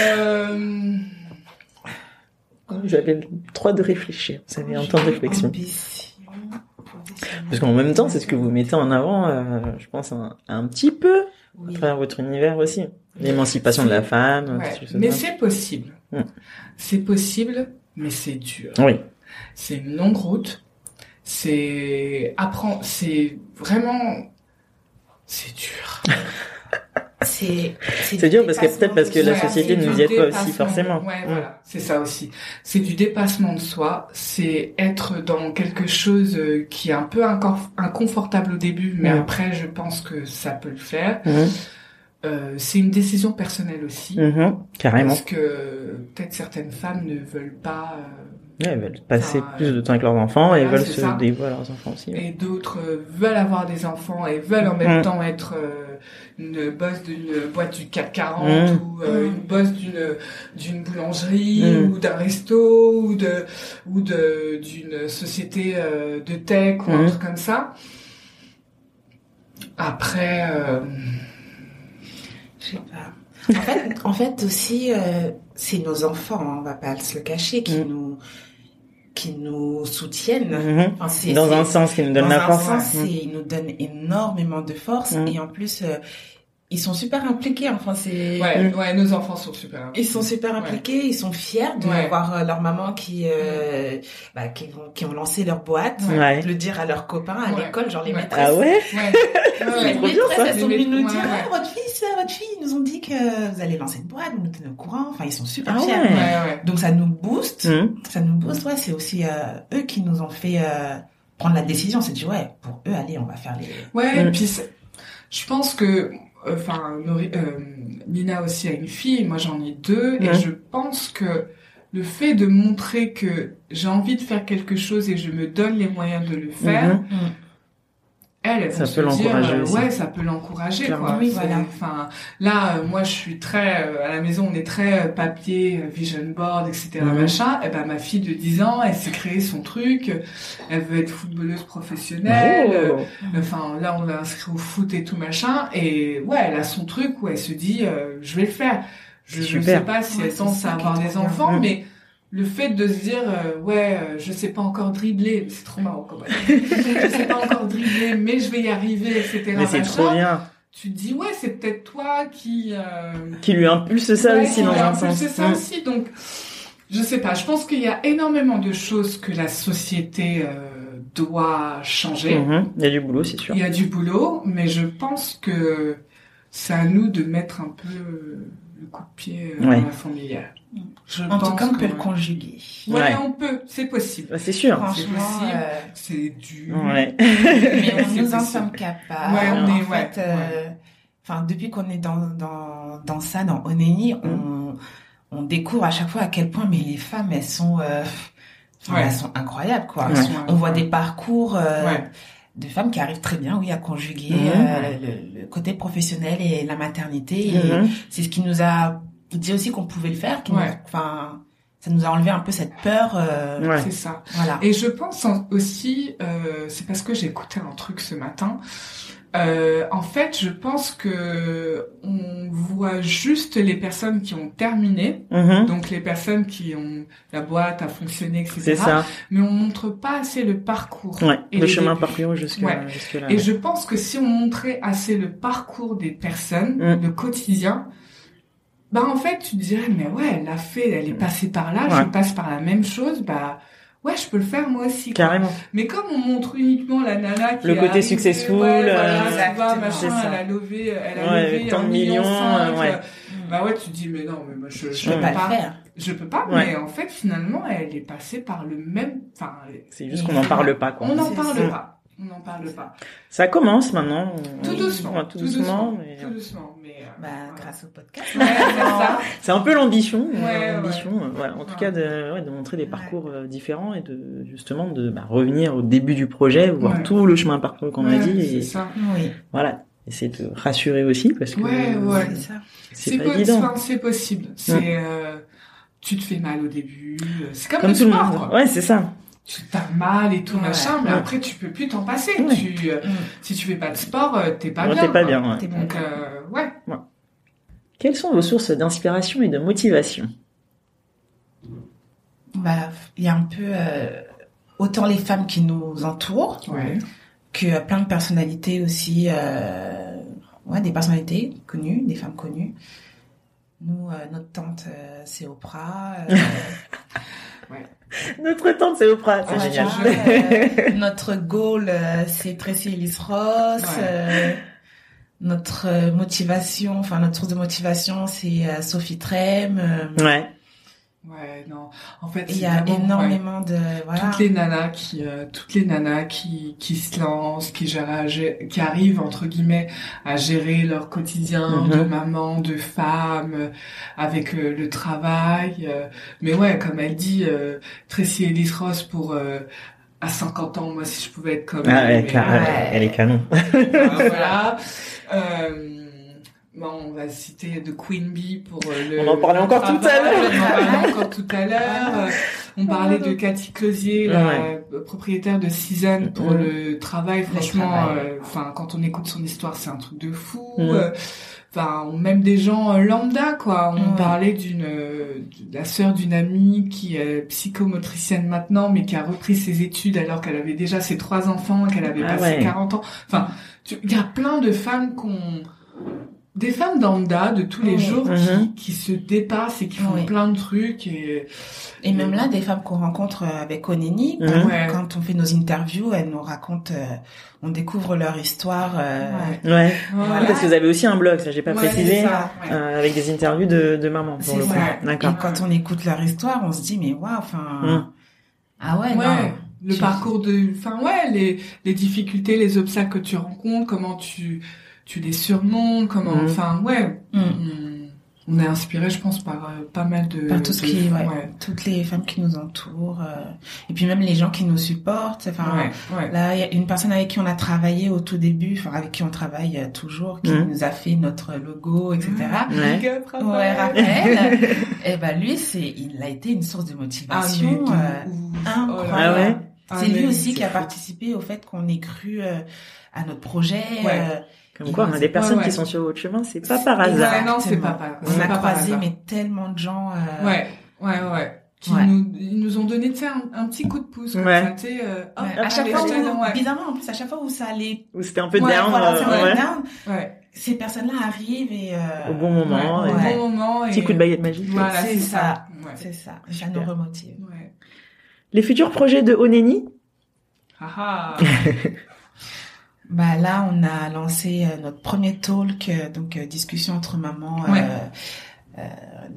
B: euh...
A: Oh, J'avais le droit de réfléchir. Vous avez un temps de réflexion.
C: Ambition professionnelle.
A: Parce qu'en même temps, c'est ce que vous mettez en avant, euh, je pense, un, un petit peu à
C: Oui.
A: travers votre univers aussi. L'émancipation de la femme.
B: Ouais,
A: tout Ah, ça.
B: mais c'est possible.
A: Mm.
B: C'est possible, mais c'est dur.
A: Oui.
B: C'est une longue route. C'est apprendre. C'est vraiment. C'est dur.
C: C'est
A: C'est dur parce que peut-être parce que la
B: Ouais,
A: société
B: c'est
A: ne
B: du
A: nous y aide pas aussi,
B: dépassement.
A: forcément.
B: Ouais,
A: Mm.
B: voilà, c'est ça aussi. C'est du dépassement de soi. C'est être dans quelque chose euh, qui est un peu inconf- inconfortable au début, mais
A: Mm.
B: après, je pense que ça peut le faire.
A: Mhm.
B: Euh, c'est une décision personnelle aussi.
A: Mhm. Carrément.
B: Parce que euh, peut-être certaines femmes ne veulent pas. euh,
A: Ouais, elles veulent passer
B: Enfin, euh,
A: plus de temps avec leurs enfants et
B: voilà,
A: veulent
B: c'est
A: se
B: ça.
A: dévouer à leurs enfants aussi. ouais.
B: et d'autres euh, veulent avoir des enfants et veulent en même
A: Mm.
B: temps être euh, une bosse d'une boîte du CAC 40
A: Mm.
B: ou euh,
C: Mm.
B: une bosse d'une d'une boulangerie
A: Mm.
B: ou d'un resto ou de ou de d'une société euh, de tech ou un
A: Mm.
B: truc comme ça. Après, euh,
C: Je sais pas. En fait, en fait aussi, euh, c'est nos enfants, on va pas se le cacher, qui
A: Mm.
C: nous qui nous soutiennent.
A: Mhm.
C: Enfin, c'est-
A: Dans
C: c'est-
A: un sens qui nous donne
C: dans
A: la
C: un
A: force.
C: sens,
A: Mm.
C: c'est- ils nous donnent énormément de force
A: Mm.
C: et en plus, euh, ils sont super impliqués. Enfin, c'est
B: Ouais, ouais, nos enfants sont super.
C: Ils sont super impliqués, ils sont fiers de
B: Ouais. Mm.
C: voir euh, leur maman qui, euh, bah, qui, vont- qui ont lancé leur boîte,
A: Mhm. Ouais.
C: le dire à leurs copains à
B: Ouais.
C: l'école, genre les
B: Ouais.
C: maîtresses.
A: Ah ouais
B: Ouais.
C: Les
B: Ouais.
A: trop bien,
C: maîtresses,
A: ça.
C: elles sont venues nous dire,
B: Ouais, ouais.
C: ah, votre fils, euh, votre fille, ils nous ont dit que vous allez lancer une boîte, vous nous tenez au courant. Enfin, ils sont super
A: Ah
C: fiers.
A: ouais.
B: Ouais, ouais.
C: Donc ça nous
B: Mmh.
C: booste,
A: Hum.
C: ça nous booste. Ouais, c'est aussi euh, eux qui nous ont fait euh, prendre la décision. C'est dit ouais, pour eux, allez, on va faire les.
B: Ouais,
A: Mm.
B: puis c'est- je pense que, enfin, Nori- euh, Nina aussi a une fille, moi j'en ai deux,
A: Mm.
B: et je pense que le fait de montrer que j'ai envie de faire quelque chose et je me donne les moyens de le faire,
A: Mhm.
B: elle, elle
A: Ça peut l'encourager aussi.
B: euh, ouais, ça peut l'encourager, quoi.
A: Clairement.
C: Oui,
B: C'est-
C: voilà.
B: Enfin, là, euh, moi, je suis très, euh, à la maison, on est très euh, papier, euh, vision board, etc.,
A: Mhm.
B: machin. Et ben, ma fille de 10 ans, elle s'est créée son truc. Elle veut être footballeuse professionnelle. Euh,
A: Oh.
C: Mmh.
B: Enfin, là, on l'a inscrit au foot et tout, machin. Et ouais, elle a son truc où elle se dit, euh, je vais le faire. Je ne
A: Super.
B: sais pas si
C: Ouais,
B: elle
C: c'est
B: pense à
C: ça qui est
B: avoir
C: trop
B: des
C: bien.
B: enfants,
A: Mhm.
B: mais le fait de se dire, euh, ouais, euh, je sais pas encore dribbler, c'est trop marrant quand même. je sais pas encore dribbler, mais je vais y arriver, etc.
A: Mais c'est
B: machin.
A: trop bien.
B: Tu te dis, ouais, c'est peut-être toi qui... euh,
A: Qui lui impulse ça
B: Ouais,
A: aussi dans
B: ouais,
A: un
B: en plus,
A: sens.
B: C'est ça
A: Hum.
B: aussi, donc je sais pas. Je pense qu'il y a énormément de choses que la société euh, doit changer.
A: Mhm. Il y a du boulot, c'est sûr.
B: Il y a du boulot, mais je pense que c'est à nous de mettre un peu euh, le coup de pied euh,
A: Ouais.
B: dans la fourmilière. Je
C: En tout
B: pense
C: cas, on
B: que-
C: peut le conjuguer.
B: Ouais,
A: Ouais.
B: on peut, c'est possible.
A: Bah, c'est sûr.
C: Franchement,
B: possible.
C: euh,
B: C'est du.
A: Ouais.
C: mais
B: C'est
C: on- nous en
B: possible.
C: sommes capables.
B: Ouais, on
C: en
B: est- ouais,
C: fait, euh, enfin, depuis qu'on est dans, dans, dans ça, dans Oneni, on, on découvre à chaque fois à quel point mais les femmes, elles sont, euh, enfin,
B: Ouais.
C: elles sont incroyables, quoi.
A: Ouais.
C: On voit des parcours euh,
B: Ouais.
C: de femmes qui arrivent très bien, oui, à conjuguer
A: Mhm.
C: euh, le, le côté professionnel et la maternité. Et
A: Mhm.
C: C'est ce qui nous a dit aussi qu'on pouvait le faire. qui nous-
B: Ouais.
C: Enfin, ça nous a enlevé un peu cette peur. euh,
A: Ouais.
B: C'est ça.
C: Voilà.
B: Et je pense en- aussi, euh, c'est parce que j'ai écouté un truc ce matin. Euh, en fait, je pense que on voit juste les personnes qui ont terminé,
A: Mhm.
B: donc les personnes qui ont la boîte a fonctionné, etc.
A: C'est ça.
B: Mais on montre pas assez le parcours.
A: Ouais.
B: Et
A: Le
B: les
A: chemin
B: débuts.
A: parcouru jusque
B: Ouais.
A: jusque là.
B: Et je pense que si on montrait assez le parcours des personnes,
A: Mm.
B: le quotidien, bah en fait tu te dirais mais ouais elle l'a fait, elle est passée par là,
A: Mm. Ouais.
B: je passe par la même chose, bah ouais je peux le faire moi aussi. quoi.
A: Carrément.
B: Mais comme on montre uniquement la nana qui
A: Le
B: est
A: côté
B: arrivée,
A: successful,
B: ouais,
A: euh,
B: voilà, tu vois,
C: Exactement.
B: machin,
A: C'est ça.
B: elle a levé, euh, elle a
A: Ouais,
B: levé
A: tant
B: un
A: de
B: million
A: millions,
B: cinq,
A: euh, ouais.
B: euh, Bah ouais tu te dis mais non mais moi je je
C: Je peux
B: peux
A: Mm.
C: pas
B: pas,
C: le faire.
B: je peux pas.
A: Ouais.
B: Mais en fait finalement elle est passée par le même, enfin
A: C'est juste qu'on n'en parle pas, quoi.
B: on n'en
C: C'est
B: parle
A: ça.
B: pas, on n'en parle pas.
A: Ça commence maintenant. On-
B: Tout doucement,
A: Ouais, tout doucement. mais-
B: tout doucement, mais. euh,
C: Bah,
B: voilà.
C: grâce au podcast.
B: Ouais, c'est ça.
A: C'est un peu l'ambition. euh,
B: Ouais,
A: l'ambition, euh, voilà. En tout
B: Ouais.
A: cas, de, ouais, de montrer des
C: Ouais.
A: parcours euh, différents et de justement de bah, revenir au début du projet, voir
B: Ouais.
A: tout le chemin parcouru qu'on a
B: Ouais,
A: dit.
B: c'est
A: Et
B: ça.
C: Oui,
A: voilà. Essayer de rassurer aussi parce que
B: Ouais,
A: euh,
B: ouais.
C: c'est ça.
A: c'est pas
B: po-
A: évident.
B: enfin, c'est possible. C'est. euh, tu te fais mal au début. euh, C'est comme,
A: Comme
B: le
A: tout le
B: sport,
A: monde.
B: quoi.
A: Ouais, c'est ça.
B: Tu t'as mal et tout
C: Ouais.
B: machin, mais
A: Ouais.
B: après tu peux plus t'en passer.
A: Ouais.
B: Tu, euh, si tu fais pas de sport, euh, t'es pas
A: Ouais,
B: bien.
A: T'es pas
B: quoi.
A: bien. ouais.
C: Mm. T'es bon.
B: Donc euh, ouais.
A: Quelles sont vos sources d'inspiration et de motivation
C: Bah, il y a un peu euh, autant les femmes qui nous entourent
B: Ouais.
C: que euh, plein de personnalités aussi, euh, ouais, des personnalités connues, des femmes connues. Nous, euh, notre tante, euh, c'est Oprah. euh,
A: Notre tante, c'est Oprah. C'est
C: voilà,
A: génial.
C: euh, notre goal, euh, c'est Tracy Ellis Ross.
B: Ouais.
C: euh, notre euh, motivation, enfin notre source de motivation, c'est euh, Sophie Trem. euh,
A: Ouais.
B: Ouais, non. En fait,
C: Il
B: c'est
C: y a
B: vraiment, ouais.
C: énormément de voilà.
B: Toutes les nanas qui, euh, toutes les nanas qui, qui se lancent, qui gèrent, à gé- qui arrivent entre guillemets à gérer leur quotidien de
A: Mhm.
B: maman, de femme, euh, avec euh, le travail. euh, mais ouais, comme elle dit, euh, Tracy Ellis Ross pour euh, à 50 ans, moi si je pouvais être comme
A: Ah,
B: elle.
A: ouais,
B: mais,
A: Clara,
C: Ouais.
A: elle est canon.
B: euh, voilà. Euh, bon, on va citer de Queen Bee pour euh, le.
A: On en parlait
B: le
A: encore tout à
B: travail,
C: l'heure.
B: On en parlait encore tout à l'heure. Euh, On parlait de Cathy Closier, la
A: Ouais.
B: propriétaire de Season, pour
A: Mhm.
B: le travail. Franchement,
C: travail.
B: euh, enfin, quand on écoute son histoire, c'est un truc de fou.
A: Mhm.
B: Euh, Enfin, même des gens euh, lambda, quoi. On
C: Ouais.
B: parlait d'une euh, de la sœur d'une amie qui est psychomotricienne maintenant, mais qui a repris ses études alors qu'elle avait déjà ses trois enfants, qu'elle avait
A: Ah
B: passé
A: ouais.
B: 40 ans. Enfin, tu- il y a plein de femmes qu'on des femmes d'Anda de tous les
C: Oui.
B: jours
A: Mhm.
B: qui, qui se dépassent et qui font
C: Oui.
B: plein de trucs et
C: Et même là, des femmes qu'on rencontre euh, avec Onini,
A: Mhm.
C: quand,
B: Hein? Ouais.
C: quand on fait nos interviews, elles nous racontent, euh, on découvre leur histoire. euh,
B: Ouais.
A: Ouais.
C: Voilà.
A: Parce que vous avez aussi un blog, ça j'ai pas
B: Ouais,
A: précisé,
C: c'est ça, ouais.
A: euh, avec des interviews de, de maman
C: C'est
A: pour le coup.
C: ça.
A: D'accord.
C: Et quand on écoute leur histoire, on se dit mais waouh, enfin
A: Mhm.
C: ah ouais,
B: Hein? Ouais,
C: non.
B: le
C: Tu-
B: parcours de, enfin ouais, les, les difficultés, les obstacles que tu rencontres, comment tu, tu les surmontes, comment,
A: Mhm.
B: enfin ouais,
C: Mhm.
B: on- on est inspiré, je pense, par euh, pas mal de,
C: Par tout ce
B: de-
C: qui, ouais, toutes les femmes qui nous entourent, euh, et puis même les gens qui nous supportent. Enfin,
B: ouais, ouais.
C: là, il y a une personne avec qui on a travaillé au tout début, enfin avec qui on travaille euh, toujours, qui
B: Hein?
A: Mhm.
C: nous a fait notre logo, etc.
A: Ouais.
B: Big up, Raphaël. Ah,
C: Ouais, Raphaël. et ben lui, c'est, il a été une source de
B: Ah, mais
C: motivation.
B: de
C: euh,
B: ouf. Oh
C: incroyable.
B: là
A: Ah
B: là.
A: ouais
B: Ah,
C: C'est lui
B: mais
C: aussi qui a
B: fou.
C: participé au fait qu'on ait cru euh, à notre projet.
B: Ouais.
C: euh,
A: Comme quoi,
C: Ouais,
A: on a des personnes
B: ouais.
A: qui sont sur votre chemin, c'est pas par
B: Ouais,
A: hasard.
B: non, c'est
C: Exactement.
B: pas par-
C: on
B: c'est
C: a
B: pas par
C: croisé
B: hasard.
C: mais tellement de gens. euh,
B: Ouais, ouais, ouais. Qui
C: Ouais.
B: Nous, ils nous ont donné, tu sais, un, un petit coup de pouce. Comme
A: Ouais.
B: ça, tu sais, euh, hop,
C: ouais, à chaque
B: allez,
C: fois,
B: je
C: où-
B: t'aide, ouais.
C: bizarrement en plus, à chaque fois où ça allait,
A: Ou c'était un peu
C: Ouais,
A: down,
C: voilà, ça
A: euh,
C: allait
A: ouais.
C: down,
B: Ouais.
C: ces personnes-là arrivent et euh,
A: au bon moment.
B: Au
A: et-
C: Ouais.
B: bon moment.
A: Petit
B: et- euh,
A: coup de baguette magique.
B: Voilà,
C: C'est
B: c'est
C: ça.
B: ça. Ouais.
C: c'est ça, ça
A: Super.
C: nous remotive.
B: Ouais.
A: Les futurs projets de Oneni
B: Ah ah.
C: Bah là, on a lancé euh, notre premier talk, euh, donc euh, discussion entre mamans euh,
B: Ouais.
C: euh,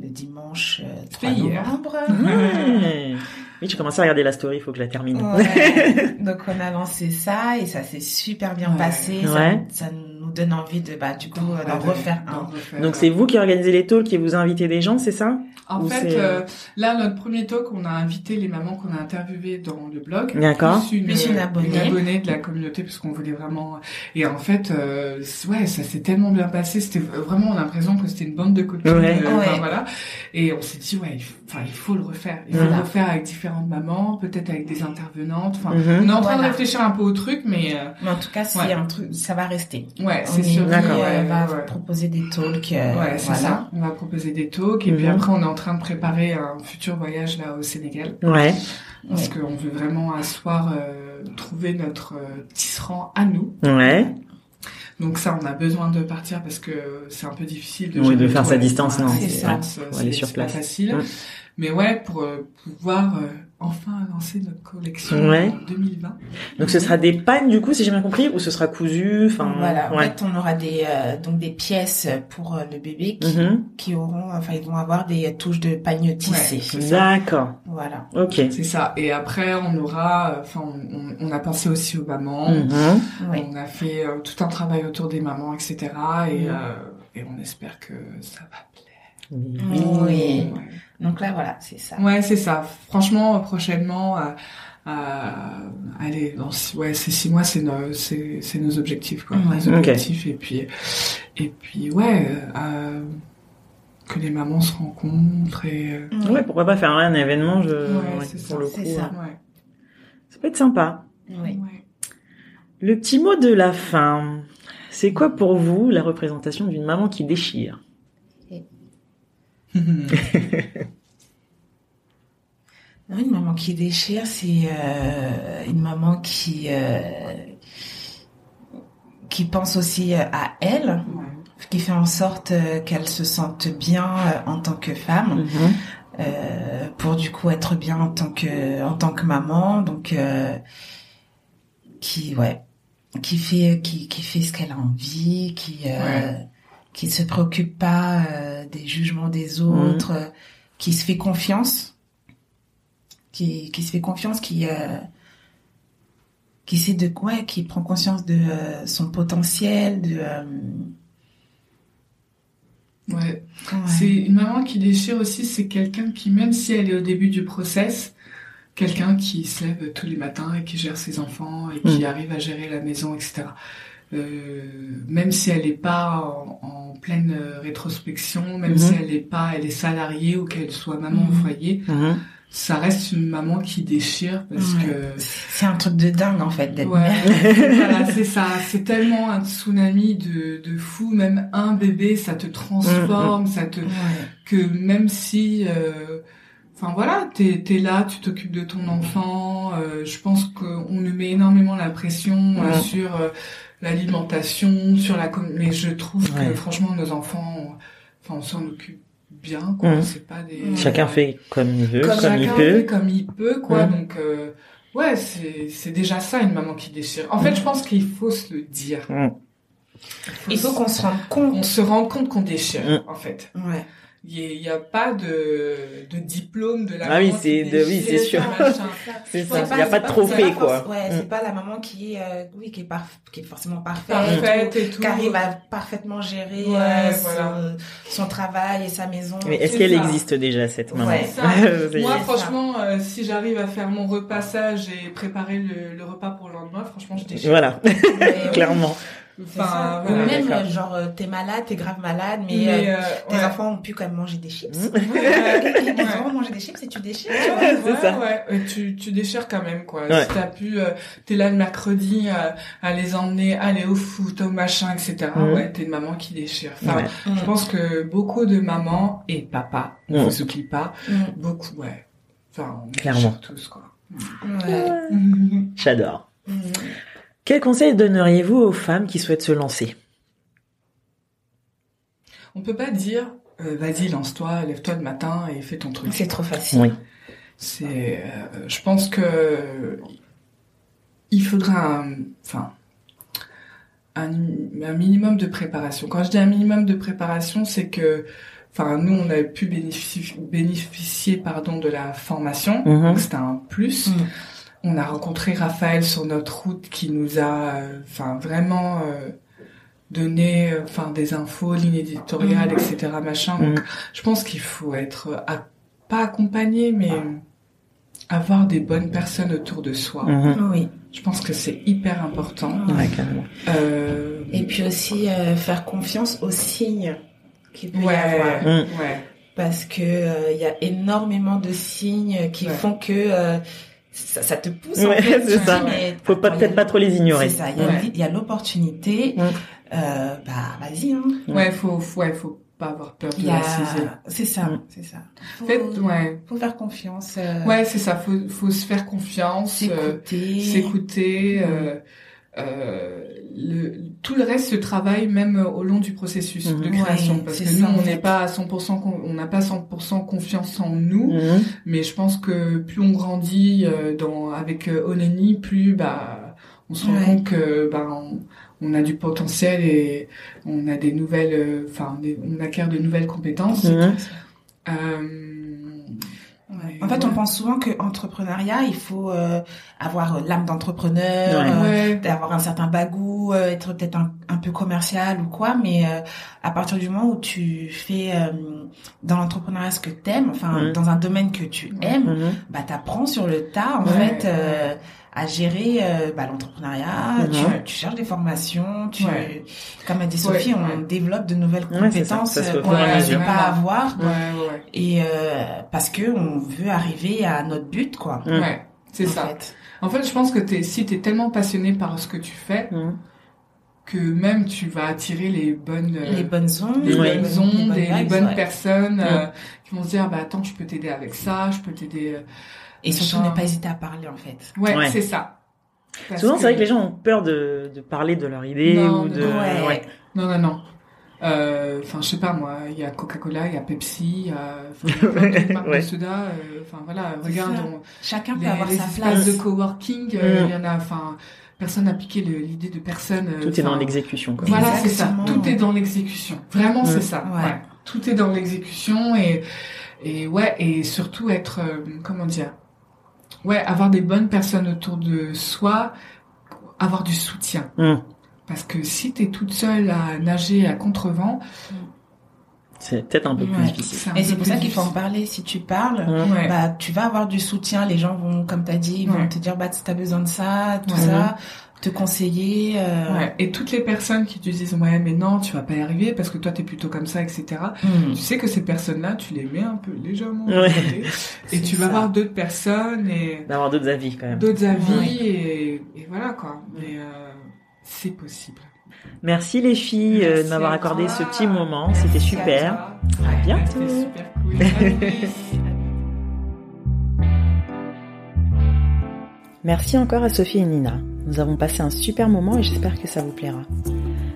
C: le dimanche euh, 3
B: C'était hier. Mhm.
C: novembre.
A: Ouais. Mmh. Oui, j'ai commencé à regarder la story, il faut que je la termine.
C: Ouais. euh, Donc on a lancé ça et ça s'est super bien
B: Ouais.
C: passé. Ça-
A: Ouais.
C: Ça, nous donne envie de bah du coup euh, d'en
B: Ouais,
C: refaire
B: d'en
C: un.
B: refaire
A: Donc c'est vous qui organisez les talks et vous invitez des gens, c'est ça
B: En
A: ou
B: fait,
A: c'est-
B: euh, là, notre premier talk, on a invité les mamans qu'on a interviewées dans le blog.
A: D'accord.
B: Plus une,
C: Plus une abonnée.
B: abonnée de la communauté, parce qu'on voulait vraiment... Et en fait, euh, c- ouais, ça s'est tellement bien passé. C'était vraiment, on a l'impression que c'était une bande de copines.
A: Ouais.
B: euh, enfin,
C: Ouais.
B: voilà. Et on s'est dit, ouais, il faut, enfin, il faut le refaire. Il faut
A: Voilà.
B: le refaire avec différentes mamans, peut-être avec des intervenantes. Enfin,
A: Mhm.
B: on est en train
C: Voilà.
B: de réfléchir un peu au truc, mais euh,
C: Mais en tout cas, c'est
B: Ouais.
C: un truc, ça va rester.
B: ouais,
C: On
B: c'est
C: est-
B: sûr.
C: on
A: D'accord.
B: Ouais,
C: va
B: ouais.
C: proposer des talks. euh,
B: Ouais, c'est
C: voilà.
B: ça. On va proposer des talks et puis
A: Mhm.
B: après on est en train de préparer un futur voyage là au Sénégal
A: Ouais.
B: parce qu'on veut vraiment asseoir euh, trouver notre euh, tisserand à nous.
A: Ouais.
B: Donc ça on a besoin de partir parce que c'est un peu difficile de
A: Oui,
B: gérer
A: de faire
B: tout
A: sa
B: avec-
A: distance,
B: voilà,
A: non,
B: c'est
C: c'est-
B: ça,
A: ouais,
B: c'est-
A: faut aller
B: c'est-
A: sur
B: c'est pas
A: place.
B: facile.
A: Mhm.
B: Mais ouais, pour euh, pouvoir euh, enfin lancer notre collection
A: Ouais.
B: en 2020.
A: Donc ce sera des pannes du coup, si j'ai bien compris, ou ce sera cousu, enfin.
C: Voilà. En
A: Ouais.
C: fait, on aura des euh, donc des pièces pour euh, le bébé qui,
A: Mhm.
C: qui auront, enfin, ils vont avoir des touches de pagne tissé.
A: D'accord.
C: Voilà.
A: Ok.
B: C'est ça. Et après on aura, euh, enfin on, on- on a pensé aussi aux mamans.
A: Mhm.
C: Ouais.
B: On a fait euh, tout un travail autour des mamans, etc. Et,
C: Hum.
B: euh, et on espère que ça va plaire.
C: Oui.
B: Ouais,
C: Donc là, voilà, c'est ça.
B: Ouais, c'est ça. Franchement, prochainement, euh, euh, allez, dans six, ouais, ces six mois, c'est nos, c'est, c'est nos objectifs, quoi.
C: Ouais.
B: Nos objectifs. Et puis, et puis, ouais, euh, que les mamans se rencontrent et. euh,
A: Ouais, pourquoi pas faire un événement, je...
B: Ouais,
A: ouais,
B: c'est
A: pour
B: ça,
A: le
C: c'est
A: coup.
C: ça.
A: euh,
B: ouais.
A: ça peut être sympa.
C: Oui.
B: Ouais.
A: Le petit mot de la fin. C'est quoi pour vous la représentation d'une maman qui déchire
C: Non, Une maman qui déchire, c'est euh, une maman qui euh, qui pense aussi euh, à elle, qui fait en sorte euh, qu'elle se sente bien euh, en tant que femme, euh, pour du coup être bien en tant que en tant que maman, donc euh, qui ouais, qui fait qui qui fait ce qu'elle a envie, qui euh, qui se préoccupe pas euh, des jugements des
B: Mhm.
C: autres, euh, qui se fait confiance, qui qui se fait confiance, qui euh, qui sait de quoi, qui prend conscience de euh, son potentiel, de euh,
B: Ouais.
C: ouais.
B: C'est une maman qui déchire aussi, c'est quelqu'un qui, même si elle est au début du process, quelqu'un qui se lève tous les matins et qui gère ses enfants et
C: Mm.
B: qui arrive à gérer la maison, etc. Euh, même si elle n'est pas en, en pleine euh, rétrospection, même
A: Mhm.
C: Mm-hmm.
B: si elle n'est pas, elle est salariée ou qu'elle soit maman
C: Mhm.
B: au foyer,
A: Mhm.
B: ça reste une maman qui déchire parce
C: Ouais.
B: que
C: c'est un truc de dingue en fait d'être
B: Ouais,
C: mère.
B: voilà, c'est ça. C'est tellement un tsunami de, de fou. Même un bébé, ça te transforme,
C: Mm-hmm.
B: ça te
C: Ouais.
B: que même si, euh, enfin voilà, t'es es là, tu t'occupes de ton enfant. euh, je pense qu'on nous met énormément la pression euh,
A: Ouais.
B: sur euh, l'alimentation, sur la com- mais je trouve
A: Ouais.
B: que franchement nos enfants, on- enfin on s'en occupe bien, quoi.
A: Mhm.
B: C'est pas des
C: Mmh.
A: Chacun fait comme il veut, comme, il
B: chacun
A: peut.
B: fait comme il peut, quoi.
A: Mhm.
B: Donc euh, ouais, c'est c'est déjà ça une maman qui déchire. En fait, je pense qu'il faut se le dire.
A: Mm.
C: Il faut qu'on se rende
B: on
C: compte.
B: se rende compte qu'on déchire,
A: Mhm.
B: en fait.
C: Ouais.
B: Il n'y a, pas de, de diplôme de la
A: Ah
B: maman
A: oui,
B: qui
A: c'est- de- oui,
B: déchire,
A: c'est sûr.
B: machin.
A: C'est
B: Je
A: ça.
B: pense
A: Il n'y a
B: que
A: pas
B: c'est
A: de
B: pas-
A: trophée,
C: c'est pas
A: quoi.
C: forc- Ouais,
A: Mm.
C: c'est pas la maman qui est, euh, oui, qui est, parf- qui est forcément parfaite.
B: parfaite et tout.
C: qui arrive à parfaitement gérer
B: Ouais,
C: euh, son,
B: voilà.
C: son travail et sa maison.
A: Mais est-ce
B: C'est
A: qu'elle
B: ça.
A: existe déjà, cette maman
C: Ouais.
B: Ça.
A: C'est-
B: Moi,
C: ça.
B: franchement, euh, si j'arrive à faire mon repassage et préparer le, le repas pour le lendemain, franchement, je déchire.
A: Voilà,
C: Mais,
A: clairement.
C: c'est ça.
B: Enfin,
C: Ou
B: voilà.
A: Mais-
C: même,
A: d'accord.
C: euh, genre, euh, t'es malade, t'es grave malade, mais,
B: Mais,
C: euh,
B: euh,
C: tes
B: ouais.
C: enfants ont pu quand même manger des chips.
A: Mm.
C: Ils ont
B: Ouais.
C: vraiment mangé "Oh, des chips et tu déchires. tu vois.
B: Ouais,
A: C'est
B: ouais,
A: ça.
B: ouais. Euh, Tu, tu déchires quand même, quoi.
A: Ouais.
B: Si t'as pu, euh, t'es là le mercredi euh, à les emmener, aller au foot, au machin, etc.
A: Mhm.
B: Ouais, t'es une maman qui déchire. Enfin,
A: Ouais.
B: je pense que beaucoup de mamans et papas, on
A: Mhm.
B: vous oublie pas,
C: Mm.
B: beaucoup, ouais. Enfin, on
A: Clairement.
B: déchire tous, quoi.
C: Mm. Ouais.
A: J'adore.
C: Mm.
A: Quel conseil donneriez-vous aux femmes qui souhaitent se lancer
B: On peut pas dire, euh, vas-y, lance-toi, lève-toi le matin et fais ton truc.
C: C'est trop facile.
A: Oui.
B: C'est, euh, je pense que il faudra, un- enfin, un, un minimum de préparation. Quand je dis un minimum de préparation, c'est que, enfin, nous, on a pu bénéficier, bénéficier pardon, de la formation.
A: Mhm.
B: Donc, c'était un plus.
C: Mhm.
B: On a rencontré Raphaël sur notre route qui nous a, euh, enfin, vraiment euh, donné, euh, enfin, des infos, ligne éditoriale, etc., machin. Donc,
A: Mhm.
B: je pense qu'il faut être, euh, à- pas accompagné, mais euh, avoir des bonnes personnes autour de soi.
A: Mhm.
C: Oui.
B: Je pense que c'est hyper important.
A: Ouais, carrément.
B: Euh,
C: Et puis aussi, euh, faire confiance aux signes qu'il peut y avoir.
B: ouais,
A: Mhm.
B: ouais,
C: parce que euh, il y a énormément de signes qui
B: Ouais.
C: font que euh, ça, ça te pousse en
A: Ouais,
C: fait.
A: c'est
C: tu te
A: ça.
C: dis, mais
A: Faut pas
C: attends,
A: peut-être
C: il y a-
A: pas trop les ignorer.
C: C'est ça, il y a
B: Ouais.
C: li- il y a l'opportunité.
A: Mm.
C: Euh, bah vas-y. Hein.
B: ouais, faut, faut, ouais, faut pas avoir peur
C: Il
B: de
C: y a-
B: la saisir.
C: C'est ça,
A: Mm.
C: c'est ça.
B: En
C: Faut,
B: fait, ouais,
C: faut faire confiance. euh,
B: ouais, c'est ça. Faut, faut se faire confiance, euh,
C: S'écouter.
B: s'écouter. euh, euh, le, tout le reste se travaille même au long du processus
A: Mhm.
B: de création
C: Ouais,
B: parce
C: c'est
B: que
C: ça,
B: nous
C: en
B: on n'est
C: fait.
B: pas à 100% con- on n'a pas 100% confiance en nous
A: Mhm.
B: Mais je pense que plus on grandit euh, dans, avec euh, Oneni, plus bah, on se rend
C: Ouais.
B: compte que bah, on, on a du potentiel et on a des nouvelles, euh, enfin, des- on acquiert de nouvelles compétences.
A: Mhm.
B: Euh,
C: Ouais. En fait, on pense souvent que entrepreneuriat, il faut euh, avoir l'âme d'entrepreneur,
A: Ouais.
C: euh,
B: ouais,
C: d'avoir un certain bagou, euh, être peut-être un, un peu commercial ou quoi, mais euh, à partir du moment où tu fais euh, dans l'entrepreneuriat ce que t'aimes, enfin
A: Mhm.
C: dans un domaine que tu aimes,
A: Mhm.
C: bah t'apprends sur le tas en
B: Ouais.
C: fait euh, à gérer euh, bah, l'entrepreneuriat.
A: Mhm.
C: Tu, tu cherches des formations, tu,
B: Ouais.
C: comme a dit Sophie,
B: Ouais,
C: on
B: ouais.
C: développe de nouvelles
A: Ouais, c'est ça,
C: compétences
A: ça se fait au
C: euh, qu'on
B: fur et à
C: ne
B: mesure.
C: peut pas avoir.
B: ouais, ouais,
C: Et euh, parce que on veut arriver à notre but, quoi.
A: Mhm.
B: ouais, c'est
C: en
B: ça.
C: fait.
B: En fait, je pense que t'es, si t'es tellement passionné par ce que tu fais,
A: Mhm.
B: que même tu vas attirer les bonnes, euh,
C: Les bonnes ondes,
B: les
A: Ouais.
B: bonnes ondes,
C: les
B: et les
C: vibes,
B: bonnes
C: ouais.
B: personnes euh, qui vont se dire, bah attends, je peux t'aider avec ça, je peux t'aider. euh,
C: Et surtout,
B: Machin.
C: ne pas hésiter à parler, en fait.
B: Ouais,
A: Ouais.
B: c'est ça. Parce
A: Souvent, c'est vrai que les gens ont peur de, de parler de leur idée
B: Non,
A: ou
B: non,
A: de.
C: ouais.
B: Non, non, non. Euh, Enfin, je sais pas, moi, il y a Coca-Cola, il y a Pepsi, il y a... Enfin, il y a plein d'autres marques
A: Ouais.
B: de soda. euh, Enfin, voilà,
C: C'est
B: regarde,
C: ça.
B: on-
C: Chacun
B: les,
C: peut avoir
B: les
C: sa
B: espaces
C: place.
B: de coworking, euh,
A: Mm.
B: il y en a... Enfin, personne n'a piqué le- l'idée de personne. euh,
A: Tout est dans
B: enfin,
A: l'exécution. quoi.
B: Voilà, c'est ça.
C: Exactement.
B: Tout est dans l'exécution. Vraiment,
A: Mm.
B: c'est ça.
C: Ouais.
B: Ouais. Tout est dans l'exécution et, et ouais, et surtout être, euh, comment dire, ouais, avoir des bonnes personnes autour de soi, avoir du soutien.
C: Mm.
A: Mhm.
B: Parce que si t'es toute seule à nager à contre-vent,
A: C'est peut-être un peu plus
C: Ouais.
A: difficile.
B: c'est un
C: Et
B: peu
C: c'est pour
B: plus
C: ça qu'il faut en
B: difficile.
C: parler. Si tu parles,
A: Mhm.
B: Ouais.
C: bah, tu vas avoir du soutien. Les gens vont, comme tu as dit, ils vont
B: Ouais.
C: te dire, bah, si tu as besoin de ça, tout
B: Ouais.
C: ça, te conseiller. euh,
B: Ouais. Et toutes les personnes qui te disent ouais mais non tu vas pas y arriver parce que toi t'es plutôt comme ça etc.
C: hmm.
B: Tu sais que ces personnes-là tu les mets un peu légèrement de
A: Ouais.
B: côté et
C: C'est
B: tu vas
C: ça.
B: voir d'autres personnes et
A: D'avoir d'autres avis quand même.
B: d'autres avis
C: Ouais.
B: et, et voilà quoi. Mais euh, c'est possible.
A: Merci les filles euh, de
B: Merci
A: m'avoir
B: à
A: accordé
B: toi.
A: ce petit moment. C'était
B: Merci à
A: super.
B: toi.
A: À
B: Ouais,
A: bientôt.
B: C'était super cool. À plus.
D: Merci encore à Sophie et Nina.
A: Nous avons passé un super moment et j'espère que ça vous plaira.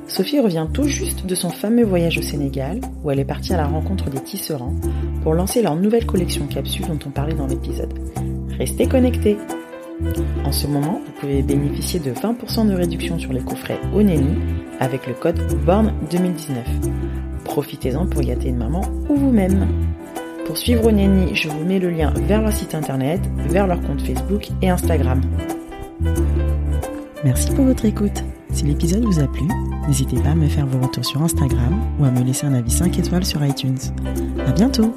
A: Sophie revient tout juste de son fameux voyage au Sénégal, où elle est partie à la rencontre des tisserands pour lancer leur nouvelle collection capsule dont on parlait dans l'épisode. Restez connectés En ce moment, vous pouvez bénéficier de 20% de réduction sur les coffrets Oneni avec le code BORN2019. Profitez-en pour gâter une maman ou vous-même Pour suivre Oneni, je vous mets le lien vers leur site internet, vers leur compte Facebook et Instagram. Merci pour votre écoute. Si l'épisode vous a plu, n'hésitez pas à me faire vos retours sur Instagram ou à me laisser un avis 5 étoiles sur iTunes. À bientôt!